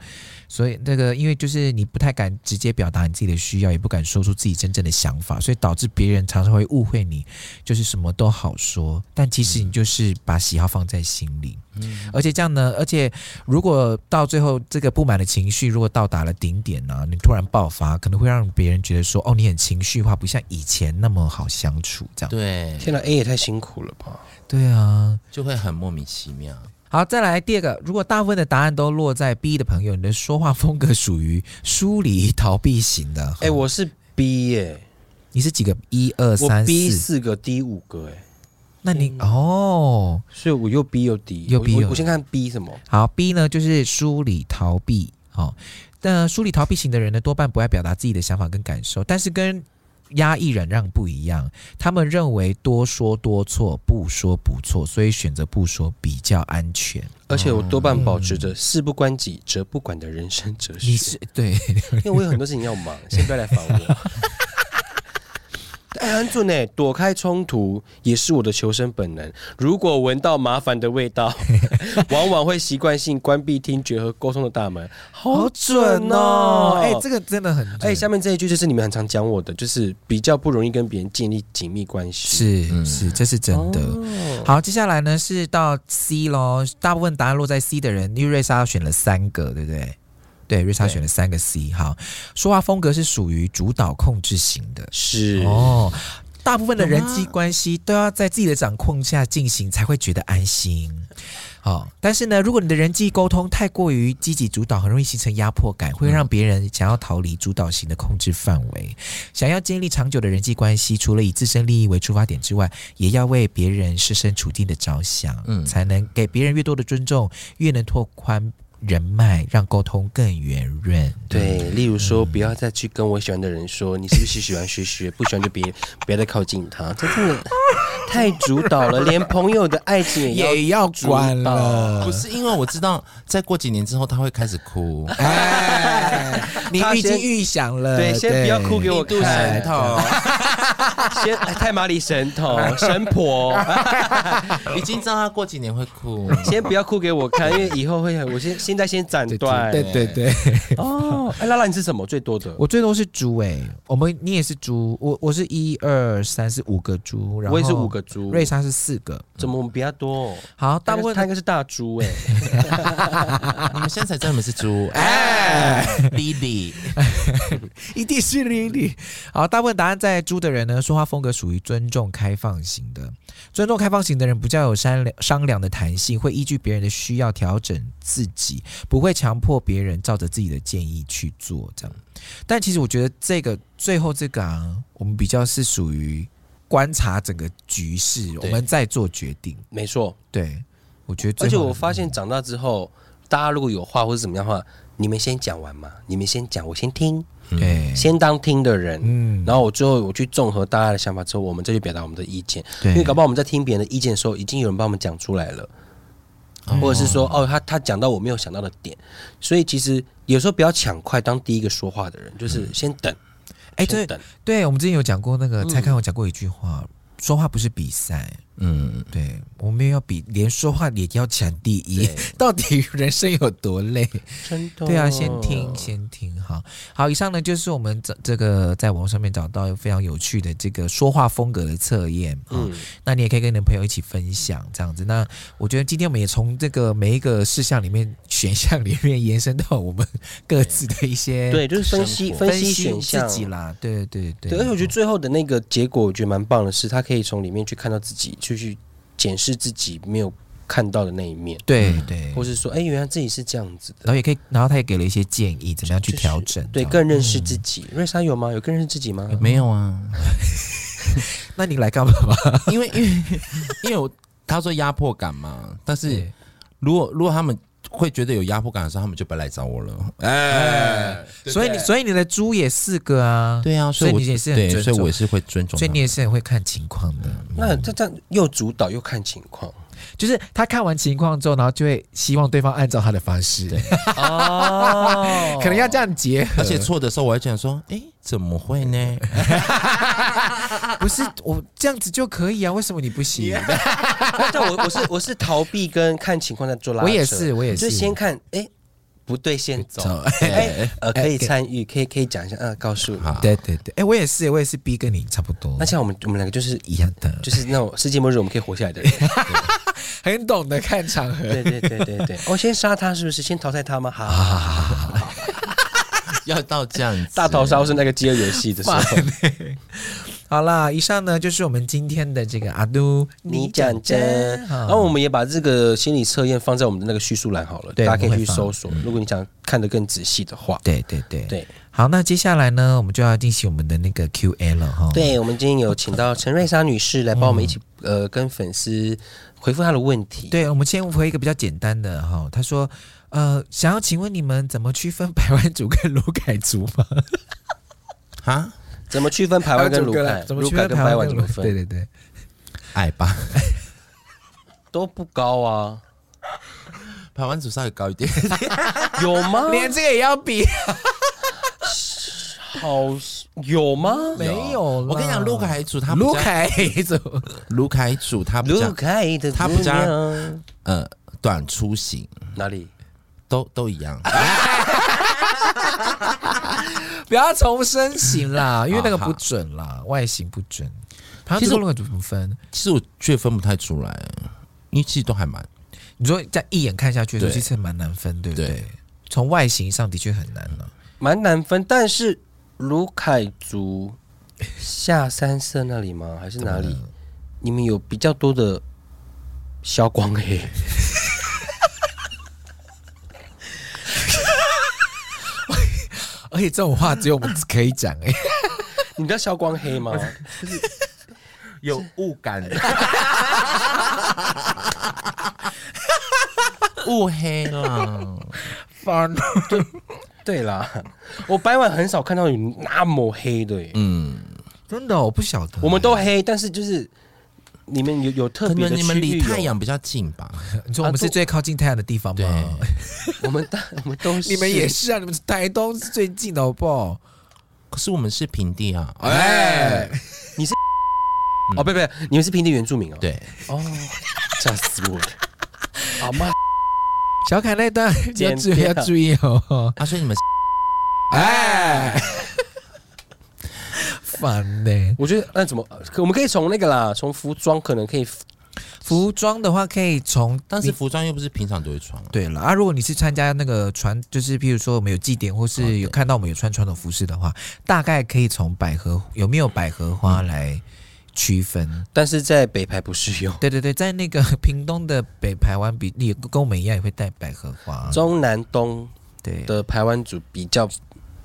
Speaker 2: 所以那个，因为就是你不太敢直接表达你自己的需要，也不敢说出自己真正的想法，所以导致别人常常会误会你，就是什么都好说，但其实你就是把喜好放在心里。
Speaker 3: 嗯
Speaker 2: 而且这样呢，而且如果到最后这个不满的情绪如果到达了顶点呢、你突然爆发，可能会让别人觉得说，哦，你很情绪化，不像以前那么好相处，这样。
Speaker 3: 对，
Speaker 1: 天哪 A 也太辛苦了吧，
Speaker 2: 对啊。
Speaker 3: 就会很莫名其妙。
Speaker 2: 好，再来第二个，如果大部分的答案都落在 B 的朋友，你的说话风格属于疏离逃避型的。
Speaker 1: 哎我是 B 耶，
Speaker 2: 你是几个？一二
Speaker 1: 我
Speaker 2: 三
Speaker 1: B
Speaker 2: 四，
Speaker 1: 四个，D 五个，哎，
Speaker 2: 那你哦，
Speaker 1: 所以我又 B 又 D，
Speaker 2: 又 B
Speaker 1: 我
Speaker 2: 又
Speaker 1: 我
Speaker 2: 哦
Speaker 1: 我先看 B 什么，
Speaker 2: 好，B 呢就是梳理逃避，哦，那梳理逃避型的人呢，多半不爱表达自己的想法跟感受，但是跟压抑忍让不一样，他们认为多说多错，不说不错，所以选择不说比较安全。
Speaker 1: 而且我多半保持着事不关己则不管的人生哲学，
Speaker 2: 你是对，
Speaker 1: 因为我有很多事情要忙，先不要来烦我。 哎，很准哎，躲开冲突也是我的求生本能。如果闻到麻烦的味 道，往往会习惯性关闭听觉和沟通的大门。好准哦！
Speaker 2: 哎、
Speaker 1: 哎，
Speaker 2: 这个真的很准，
Speaker 1: 哎，下面这一句就是你们很常讲我的，就是比较不容易跟别人建立紧密关系。
Speaker 2: 是、
Speaker 3: 嗯
Speaker 2: 是，这是真的。
Speaker 1: 哦
Speaker 2: 好，接下来呢是到 C 咯，大部分答案落在 C 的人，因为瑞莎选了三个，对不对？对，瑞莎
Speaker 1: 对
Speaker 2: 选了三个 C。好，说话风格是属于主导控制型的
Speaker 1: 是
Speaker 2: 哦。大部分的人际
Speaker 3: 懂啊
Speaker 2: 关系都要在自己的掌控下进行，才会觉得安心。好、但是呢，如果你的人际沟通太过于积极主导，很容易形成压迫感，会让别人想要逃离主导型的控制范围。想要建立长久的人际关系，除了以自身利益为出发点之外，也要为别人设身处地的着想，
Speaker 3: 嗯
Speaker 2: 才能给别人越多的尊重，越能拓宽人脉，让沟通更圆润。
Speaker 1: 对，例如说，不要再去跟我喜欢的人说你是不是喜欢学学，不喜欢就别不要再靠近他， 这真的太主导了，连朋友的爱情也要
Speaker 2: 也要管了，
Speaker 3: 不是因为我知道，再过几年之后他会开始哭，
Speaker 2: 哎，你
Speaker 1: 他
Speaker 2: 预
Speaker 1: 先
Speaker 2: 经预想了，
Speaker 1: 对先不要哭给我
Speaker 3: 印度神童
Speaker 1: 先哎太麻里神童 神婆，哎
Speaker 3: 已经知道他过几年会 哭。
Speaker 1: 先不要哭给我看，因为以后会很，我先现在先斩
Speaker 2: 对
Speaker 1: 断。
Speaker 2: 对对对，
Speaker 1: 哦，哎，拉拉你是什么最多的？
Speaker 2: 我最多是猪哎、我们你也是猪，我我是一二三四五个猪，然后
Speaker 1: 我也是五，个猪，
Speaker 2: 瑞莎是四个，
Speaker 1: 怎么我们比较多？
Speaker 2: 好，大部分
Speaker 1: 他应该是大猪哎，
Speaker 3: 你们现在才知道你们是猪，
Speaker 2: 哎
Speaker 3: 哎，Lily，
Speaker 2: 一定是 Lily。好，大部分答案在猪的人呢，说话风格属于尊重开放型的。尊重开放型的人比较有商量商量的弹性，会依据别人的需要调整自己，不会强迫别人照着自己的建议去做这样。但其实我觉得这个最后这个啊，我们比较是属于观察整个局势，我们再做决定。
Speaker 1: 没错。
Speaker 2: 对，我觉得最
Speaker 1: 而且
Speaker 2: 后
Speaker 1: 我发现长大之后，大家如果有话或者怎么样的话，你们先讲完嘛，你们先讲，我先听，
Speaker 2: 对，
Speaker 1: 先当听的人。
Speaker 2: 嗯，
Speaker 1: 然后我最后我去综合大家的想法之后，我们再去表达我们的意见。
Speaker 2: 对
Speaker 1: 因为搞不好我们在听别人的意见的时候，已经有人帮我们讲
Speaker 2: 嗯
Speaker 1: 出来了，或者是说哦，他他讲到我没有想到的点，所以其实有时候不要抢快当第一个说话的人，就是先等，
Speaker 2: 嗯哎，
Speaker 1: 先
Speaker 2: 对
Speaker 1: 等，
Speaker 2: 对，我们之前有讲过那个
Speaker 1: 嗯
Speaker 2: 蔡康永讲过一句话，说话不是比赛，
Speaker 3: 嗯，
Speaker 2: 对我们也要比，连说话也要抢第一
Speaker 3: 对。
Speaker 2: 到底人生有多累？
Speaker 1: 真的
Speaker 2: 对啊，先听，先听，好好。以上呢就是我们这这个在网络上面找到非常有趣的这个说话风格的测验啊、
Speaker 1: 嗯，
Speaker 2: 那你也可以跟你的朋友一起分享这样子。那我觉得今天我们也从这个每一个事项里面选项里面延伸到我们各自的一些
Speaker 1: 对，就是分析
Speaker 3: 生活
Speaker 1: 分析
Speaker 2: 析
Speaker 1: 选项
Speaker 2: 自。己啦，对对对。
Speaker 1: 对，而且我觉得最后的那个结果，我觉得蛮棒的是，他可以从里面去看到自己，就去检视自己没有看到的那一面，
Speaker 2: 对
Speaker 3: 嗯
Speaker 2: 对，
Speaker 1: 或是说，哎，原来自己是这样子的，
Speaker 2: 然后也可以，然后他也给了一些建议，怎么样去
Speaker 1: 就是
Speaker 2: 调整。
Speaker 1: 对，
Speaker 2: 这样
Speaker 1: 更认识自己。瑞莎有吗？有更认识自己吗？
Speaker 3: 没有啊，
Speaker 2: 那你来 干嘛吧？
Speaker 3: 因为因为因为我他说压迫感嘛，但是
Speaker 2: 对
Speaker 3: 如果如果他们会觉得有压迫感的时候，他们就不来找我了。哎，
Speaker 2: 所以你所以你的猪也四个啊，
Speaker 3: 对啊，
Speaker 2: 所以
Speaker 3: 我
Speaker 2: 你也是很
Speaker 3: 对，
Speaker 2: 尊
Speaker 3: 所以我
Speaker 2: 重
Speaker 3: 也，是会尊重他们。
Speaker 2: 所以你也是很会看情况的。
Speaker 1: 那他这样又主导又看情况
Speaker 2: 就是他看完情况之后，然后就会希望对方按照他的方式，
Speaker 1: 哦
Speaker 2: 可能要这样结合。
Speaker 3: 而且错的时候，我还讲说，哎，怎么会呢？
Speaker 1: 哦
Speaker 2: 不是我这样子就可以啊？为什么你不行？
Speaker 1: 但我我是我是逃避跟看情况在做拉扯，
Speaker 2: 我也是，我也。
Speaker 1: 就是是先看，哎，不对，先走，
Speaker 2: 走
Speaker 1: 哎，呃，可以参与，可以可以讲一下，嗯，告诉你。
Speaker 3: 好，
Speaker 2: 对对对，哎，我也是，我也是逼跟你差不多，
Speaker 1: 那像我们我们两个就是
Speaker 2: 一样的，
Speaker 1: 就是那种世界末日我们可以活下来的人，
Speaker 2: 很懂得看场合。
Speaker 1: 对对对对对。我先杀他是不是？先淘汰他吗？好，
Speaker 3: 要到这样子，
Speaker 1: 大逃杀是那个饥饿游戏的时候，
Speaker 2: 好啦，以上呢就是我们今天的这个阿都，
Speaker 1: 你讲真。哦
Speaker 2: 好
Speaker 1: 然后我们也把这个心理测验放在我们的那个叙述栏好了，
Speaker 2: 对
Speaker 1: 大家可
Speaker 2: 我
Speaker 1: 以去
Speaker 2: 会放
Speaker 1: 搜索。如果你想看得更仔细的话，
Speaker 2: 对对对
Speaker 1: 对
Speaker 2: 好，那接下来呢，我们就要进行我们的那个 Q&A 了哈。
Speaker 1: 对，我们今天有请到陈瑞莎女士来帮我们一起呃跟粉丝回复她的问题。
Speaker 2: 嗯对，我们先回一个比较简单的哈。他说，呃，想要请问你们怎么区分百万族跟卢凯族吗？
Speaker 3: 啊，
Speaker 1: 怎么区分排湾跟 卢凯？
Speaker 2: 怎么
Speaker 1: 卢
Speaker 2: 区
Speaker 1: 凯
Speaker 2: 分
Speaker 1: 跟
Speaker 2: 台
Speaker 1: 排
Speaker 2: 湾
Speaker 1: 湾
Speaker 2: 跟
Speaker 1: 怎
Speaker 2: 卢
Speaker 1: 么
Speaker 2: 凯？对
Speaker 1: 分？
Speaker 2: 对对，
Speaker 3: 矮吧，
Speaker 1: 都不高啊，
Speaker 3: 台湾组稍微高 一点，
Speaker 1: 有吗？
Speaker 2: 连这个也要比？
Speaker 1: 好有吗？
Speaker 2: 没有啦
Speaker 3: 我跟你讲，卢凯组他比较
Speaker 2: 卢凯族，
Speaker 3: 卢凯组他比
Speaker 1: 卢
Speaker 3: 较
Speaker 1: 凯的
Speaker 3: 他不加
Speaker 1: 姑娘
Speaker 3: 呃短粗型，
Speaker 1: 哪里？
Speaker 3: 都都一样。
Speaker 2: 不要从身形啦，因为那个
Speaker 3: 好
Speaker 2: 不
Speaker 3: 好
Speaker 2: 准啦，外形不准。他
Speaker 3: 其实
Speaker 2: 跟卢
Speaker 3: 我
Speaker 2: 凯族怎么分？
Speaker 3: 其实我却分不太出来，因为其实都还蛮
Speaker 2: 你说这样一眼看下去的时候，
Speaker 3: 对
Speaker 2: 其实蛮难分，对不对
Speaker 3: 对？
Speaker 2: 从外形上的确很难了、
Speaker 1: 蛮难分，但是卢凯族下三色那里吗？还是哪里？你们有比较多的消光黑？
Speaker 2: 而且这种话只有我们可以讲 哎、
Speaker 1: 你知道消光黑吗？
Speaker 3: 有雾感的，雾黑啦。
Speaker 2: 烦。
Speaker 1: 对啦，我白晚很少看到有那么黑的、耶
Speaker 3: 嗯，
Speaker 2: 真的哦、我不晓得。
Speaker 1: 我们都黑，但是就是你们有有特
Speaker 3: 可
Speaker 1: 别
Speaker 3: 能
Speaker 1: 的
Speaker 3: 你们
Speaker 1: 区域哦
Speaker 3: 离
Speaker 1: 有
Speaker 3: 太，阳比较近吧？
Speaker 2: 你说我们是最靠近太阳的地方吗？
Speaker 3: 对
Speaker 1: 我们大我们都是
Speaker 2: 你们也是啊，你们台东是最近的好不好？
Speaker 3: 可是我们是平地啊。
Speaker 1: 哎
Speaker 3: 哎，
Speaker 1: 你是、哦，不不，你们是平地原住民哦，
Speaker 3: 对，
Speaker 1: 哦， 吓死 我了，好吗？
Speaker 2: 小凯那段要
Speaker 1: 剪
Speaker 2: 注意
Speaker 1: 掉
Speaker 2: 要注意哦，
Speaker 3: 啊，所以你们是
Speaker 2: 哎，烦呢、
Speaker 1: 我觉得那怎么，可我们可以从那个啦，从服装可能可以
Speaker 2: 服装的话可以从，
Speaker 3: 但是服装又不是平常都会穿啊。
Speaker 2: 对了啊，如果你是参加那个传，就是譬如说我们有祭典，或
Speaker 3: 哦
Speaker 2: 是
Speaker 3: 对
Speaker 2: 有看到我们有穿传统服饰的话，大概可以从百合有没有百合花来区分。
Speaker 1: 但是在北排不适用。
Speaker 2: 对对对，在那个屏东的北台湾比例跟我们一样也会带百合花，
Speaker 1: 中南东
Speaker 2: 对，
Speaker 1: 的排湾族比较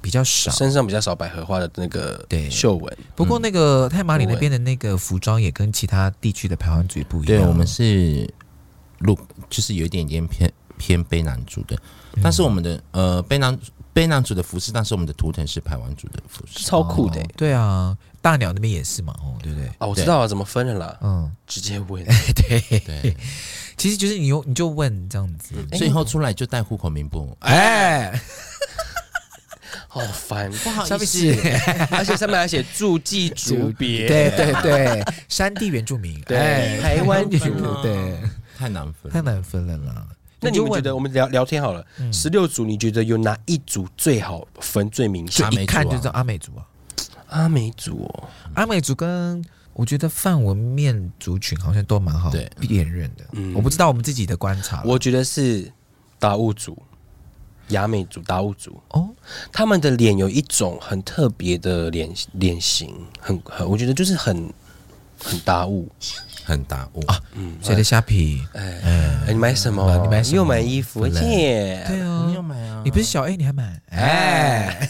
Speaker 2: 比较少。
Speaker 1: 身上比较少百合花的那个
Speaker 2: 对
Speaker 1: 嗅闻，
Speaker 2: 不过那个太马里那边的那个服装也跟其他地区的台湾族也不一样。
Speaker 3: 对，我们是路，就是有一点点偏偏卑南族的，但是我们的呃卑南卑南族的服饰，但是我们的图腾是排湾族的服饰。
Speaker 1: 超酷的欸、
Speaker 2: 哦对啊，大鸟那边也是嘛，哦，对不对？
Speaker 1: 啊！我
Speaker 3: 对
Speaker 1: 知道了，怎么分了啦？
Speaker 2: 嗯，
Speaker 1: 直接问，
Speaker 2: 对，
Speaker 3: 对，
Speaker 2: 其实就是你用你就问这样子，
Speaker 3: 所以以后出来就带户口名簿。
Speaker 2: 哎，
Speaker 1: 好烦。
Speaker 3: 不好
Speaker 2: 上
Speaker 3: 意
Speaker 2: 面
Speaker 3: 思
Speaker 2: 是，
Speaker 1: 而且上面还写注记组别，
Speaker 2: 对对对，山地原住民，
Speaker 1: 对
Speaker 2: 哎
Speaker 1: 台湾
Speaker 2: 原
Speaker 1: 族
Speaker 2: 住民， 对，
Speaker 3: 太难分
Speaker 2: 太
Speaker 3: 了。
Speaker 2: 难分了啦。
Speaker 1: 那你
Speaker 2: 就
Speaker 1: 们觉
Speaker 2: 问嗯
Speaker 1: 得我们聊聊天好了，十六组你觉得有哪一组最好分最明显
Speaker 3: 阿？
Speaker 2: 就
Speaker 3: 美
Speaker 2: 一看
Speaker 3: 族啊
Speaker 2: 就知道阿美族啊，
Speaker 1: 阿美组哦，
Speaker 2: 阿美族跟我觉得范文面族群好像都蛮好
Speaker 3: 对
Speaker 2: 辨认的。
Speaker 1: 嗯
Speaker 2: 我不知道我们自己的观察啦，
Speaker 1: 我觉得是达悟族、雅美族、达悟族，
Speaker 2: 哦，
Speaker 1: 他们的脸有一种很特别的脸脸型，很很，我觉得就是很很达悟。
Speaker 3: 很大雾
Speaker 2: 谁的虾皮？
Speaker 1: 哎、哎你买什么？
Speaker 2: 你买什么
Speaker 1: 又买衣服，
Speaker 2: 对
Speaker 1: 耶！
Speaker 2: 啊
Speaker 3: 你，有买啊？
Speaker 2: 你不是小 A 你还买？哎，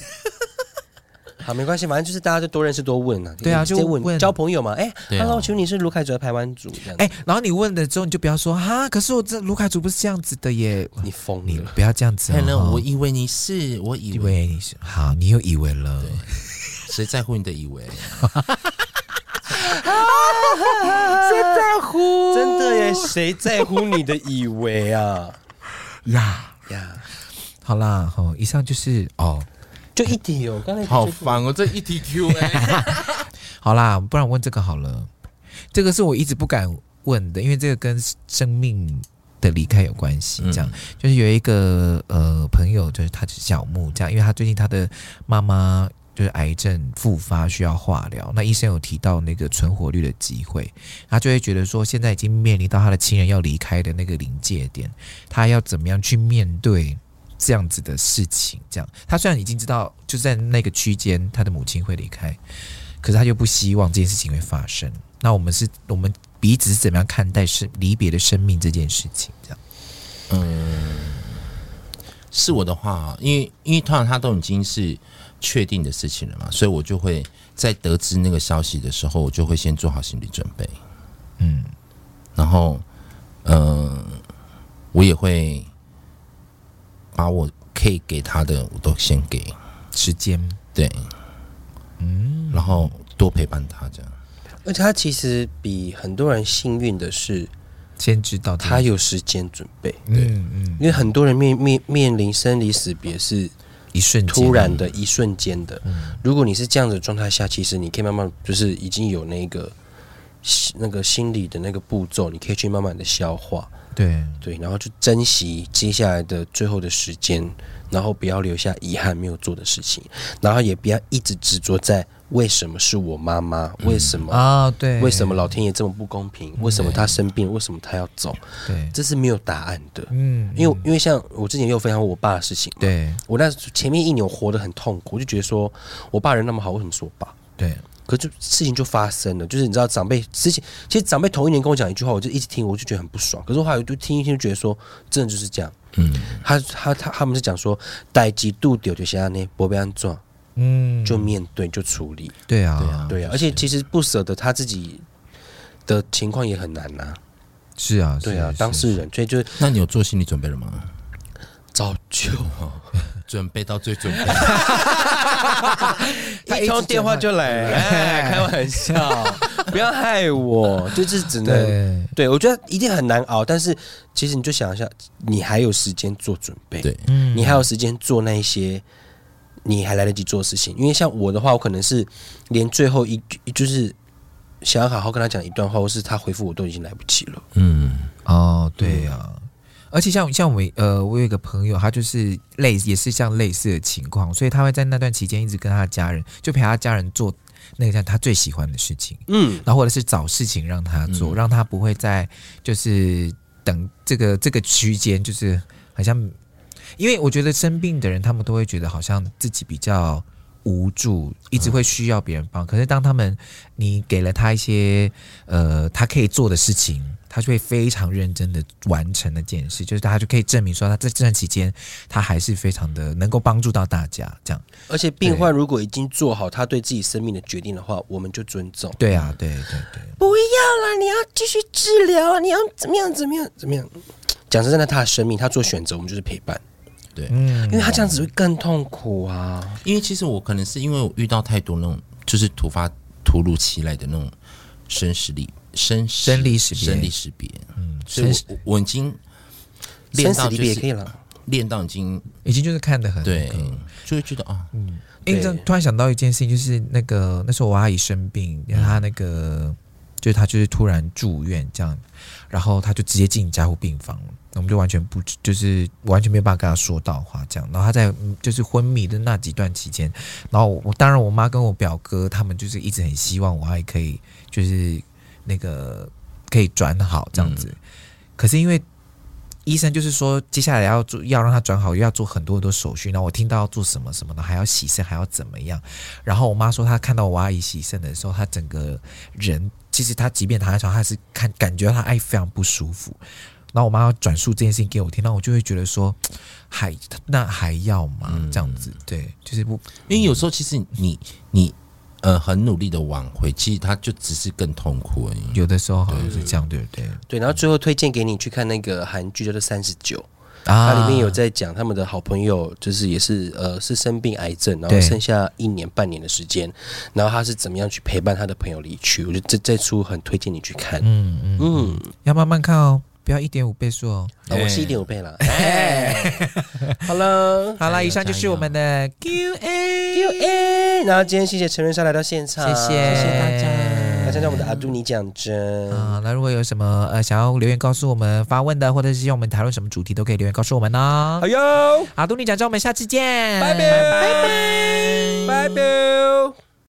Speaker 1: 好，没关系，反正就是大家就多认识多问啊。
Speaker 2: 对啊
Speaker 1: 直接
Speaker 2: 就问
Speaker 1: 问交朋友嘛。哎、h
Speaker 3: 对啊
Speaker 1: e l l o 请问你是卢凯哲台湾组这样子？
Speaker 2: 哎，然后你问了之后，你就不要说哈，可是我这卢凯族不是这样子的耶，
Speaker 1: 你疯
Speaker 2: 你
Speaker 1: 了！
Speaker 2: 不要这样子哦。
Speaker 3: 可能我
Speaker 2: 以
Speaker 3: 以为你是，我以为
Speaker 2: 为你是好，你又以为了。
Speaker 3: 谁在乎你的以为？
Speaker 2: 谁在乎
Speaker 1: 真的耶，谁在乎你的以为啊？
Speaker 2: 呀？
Speaker 1: 呀，
Speaker 2: 好啦，好，以上就是哦，
Speaker 1: 就一点哦，刚才
Speaker 3: 好烦哦，这一 T Q 哎，
Speaker 2: 好啦，不然我问这个好了，这个是我一直不敢问的，因为这个跟生命的离开有关系。
Speaker 3: 嗯
Speaker 2: 这样、就是有一个呃朋友，就是他是小木这样，因为他最近他的妈妈就是癌症复发需要化疗，那医生有提到那个存活率的机会，他就会觉得说现在已经面临到他的亲人要离开的那个临界点，他要怎么样去面对？这样子的事情，这样他虽然已经知道就在那个区间，他的母亲会离开，可是他就不希望这件事情会发生。那我们是，我们彼此是怎么样看待是离别的生命这件事情？这样，
Speaker 3: 是我的话，因为因为通常他都已经是确定的事情了嘛，所以我就会在得知那个消息的时候，我就会先做好心理准备。
Speaker 2: 嗯，
Speaker 3: 然后，呃，我也会把我可以给他的我都先给，
Speaker 2: 时间，
Speaker 3: 对，嗯，然后多陪伴他这样。
Speaker 1: 而且他其实比很多人幸运的是，
Speaker 2: 先知道这
Speaker 1: 他
Speaker 2: 个，
Speaker 1: 有时间准备，
Speaker 2: 嗯嗯，
Speaker 1: 因为很多人面面面临生离死别是
Speaker 2: 一瞬间
Speaker 1: 突然，的一瞬间的。如果你是这样子的状态下，其实你可以慢慢就是已经有那个心那个心理的那个步骤，你可以去慢慢的消化，
Speaker 2: 对，
Speaker 1: 对，然后就珍惜接下来的最后的时间，然后不要留下遗憾没有做的事情，然后也不要一直执着在为什么是我妈妈，为什么、
Speaker 2: 啊，对，嗯
Speaker 1: 为什么？老天爷这么不公平？为什么她生病？为什么她要走？
Speaker 2: 对，
Speaker 1: 这是没有答案的。
Speaker 2: 嗯，
Speaker 1: 因为因为像我之前也有分享过我爸的事情嘛，
Speaker 2: 对
Speaker 1: 我那前面一年我活得很痛苦，我就觉得说我爸人那么好，为什么是我爸？
Speaker 2: 对，
Speaker 1: 可就事情就发生了，就是你知道长辈之前，其实长辈同一年跟我讲一句话，我就一直听，我就觉得很不爽。可是我后来就听一听，就觉得说真的就是这样。
Speaker 3: 嗯，
Speaker 1: 他他他他们是讲说，逮几度丢就下呢，不被安撞，
Speaker 2: 嗯，
Speaker 1: 就面对就处理。
Speaker 2: 对啊，
Speaker 3: 对啊
Speaker 1: 对啊，而且其实不舍得他自己的情况也很难呐、
Speaker 2: 是啊，
Speaker 1: 对
Speaker 2: 是
Speaker 1: 啊，
Speaker 2: 是
Speaker 1: 当事人，所以就是
Speaker 3: 那你有做心理准备了吗？
Speaker 1: 早就
Speaker 3: 准备到最准备，
Speaker 2: 啊
Speaker 1: 他一通电话就来，哎，开玩笑，不要害我， 就是只能
Speaker 2: 对，
Speaker 1: 对我觉得一定很难熬，但是其实你就想一下，你还有时间做准备，
Speaker 3: 对，
Speaker 2: 嗯
Speaker 1: 你还有时间做那一些你还来得及做的事情。因为像我的话，我可能是连最后一句就是想要好好跟他讲一段话，或是他回复我都已经来不及了。
Speaker 3: 嗯，
Speaker 2: 哦，对呀、而且像像我呃，我有一个朋友，他就是类也是像类似的情况，所以他会在那段期间一直跟他的家人，就陪他家人做那个像他最喜欢的事情，
Speaker 1: 嗯，
Speaker 2: 然后或者是找事情让他做，
Speaker 3: 嗯
Speaker 2: 让他不会在就是等这个这个区间，就是好像，因为我觉得生病的人，他们都会觉得好像自己比较无助，一直会需要别人帮。可是当他们你给了他一些呃他可以做的事情，他就会非常认真的完成那件事，就是他就可以证明说他在这段期间，他还是非常的能够帮助到大家。这样，
Speaker 1: 而且病患如果已经做好他对自己生命的决定的话，我们就尊重。
Speaker 2: 对啊，对对对，
Speaker 1: 不要啦，你要继续治疗，你要怎么样怎么样怎么样？讲真的，他的生命，他做选择，我们就是陪伴，
Speaker 2: 嗯
Speaker 1: 因为他这样子会更痛苦啊。
Speaker 3: 因为其实我可能是因为我遇到太多那种就是突发突如其来的那种生死离生死
Speaker 2: 生离死别
Speaker 3: 生离死别，
Speaker 2: 嗯，
Speaker 3: 所以
Speaker 2: 生
Speaker 3: 我我我已经
Speaker 1: 生
Speaker 3: 练
Speaker 1: 死
Speaker 3: 到
Speaker 1: 离
Speaker 3: 就
Speaker 1: 别也
Speaker 3: 是
Speaker 1: 可以了，
Speaker 3: 练到已经
Speaker 2: 已经就是看得很
Speaker 3: 对
Speaker 2: 那个，
Speaker 3: 就会觉得啊，
Speaker 2: 嗯，因为这样
Speaker 1: 对
Speaker 2: 突然想到一件事情，就是那个那时候我阿姨生病，然后她那个就是她就是突然住院这样，然后她就直接进加护病房了，我们就完全不知就是完全没有办法跟她说到话这样，然后她在嗯就是昏迷的那几段期间，然后我我当然我妈跟我表哥他们就是一直很希望我阿姨可以就是那个可以转好这样子，可是因为医生就是说，接下来要做，要让他转好，又要做很多很多手续。然后我听到要做什么什么的，还要洗肾，还要怎么样。然后我妈说，她看到我阿姨洗肾的时候，她整个人其实她即便躺在床上，她是看感觉到她阿姨非常不舒服。然后我妈要转述这件事情给我听，那我就会觉得说，还那还要吗？
Speaker 3: 嗯
Speaker 2: 这样子，对，就是不
Speaker 3: 因为有时候其实你你呃很努力的挽回，其实他就只是更痛苦而已。
Speaker 2: 有的时候好像是这样，对不对？
Speaker 1: 对，然后最后推荐给你去看那个韩剧叫做《三十九》，它
Speaker 2: 啊
Speaker 1: 里面有在讲他们的好朋友，就是也是呃是生病癌症，然后
Speaker 2: 对
Speaker 1: 剩下一年半年的时间，然后他是怎么样去陪伴他的朋友离去。我觉得这这出很推荐你去看。
Speaker 2: 嗯嗯，
Speaker 1: 嗯，
Speaker 2: 要慢慢看哦，不要一点五倍速哦。
Speaker 1: 啊我是一点五倍了。哎， 好了。
Speaker 2: 好
Speaker 3: 加
Speaker 2: 了，
Speaker 3: 油
Speaker 2: 以上就是我们的 Q&A。
Speaker 1: Q&A，然后今天谢谢陈瑞莎来到现场，
Speaker 2: 谢谢
Speaker 1: 谢谢大家，
Speaker 2: 嗯
Speaker 1: 来参加我们的阿杜尼讲真，
Speaker 2: 啊、那如果有什么呃想要留言告诉我们发问的，或者是希望我们讨论什么主题，都可以留言告诉我们哦。
Speaker 1: 好哟，
Speaker 2: 好，杜丽讲之后，我们下次见，
Speaker 1: 拜拜
Speaker 2: 拜拜
Speaker 1: 拜拜。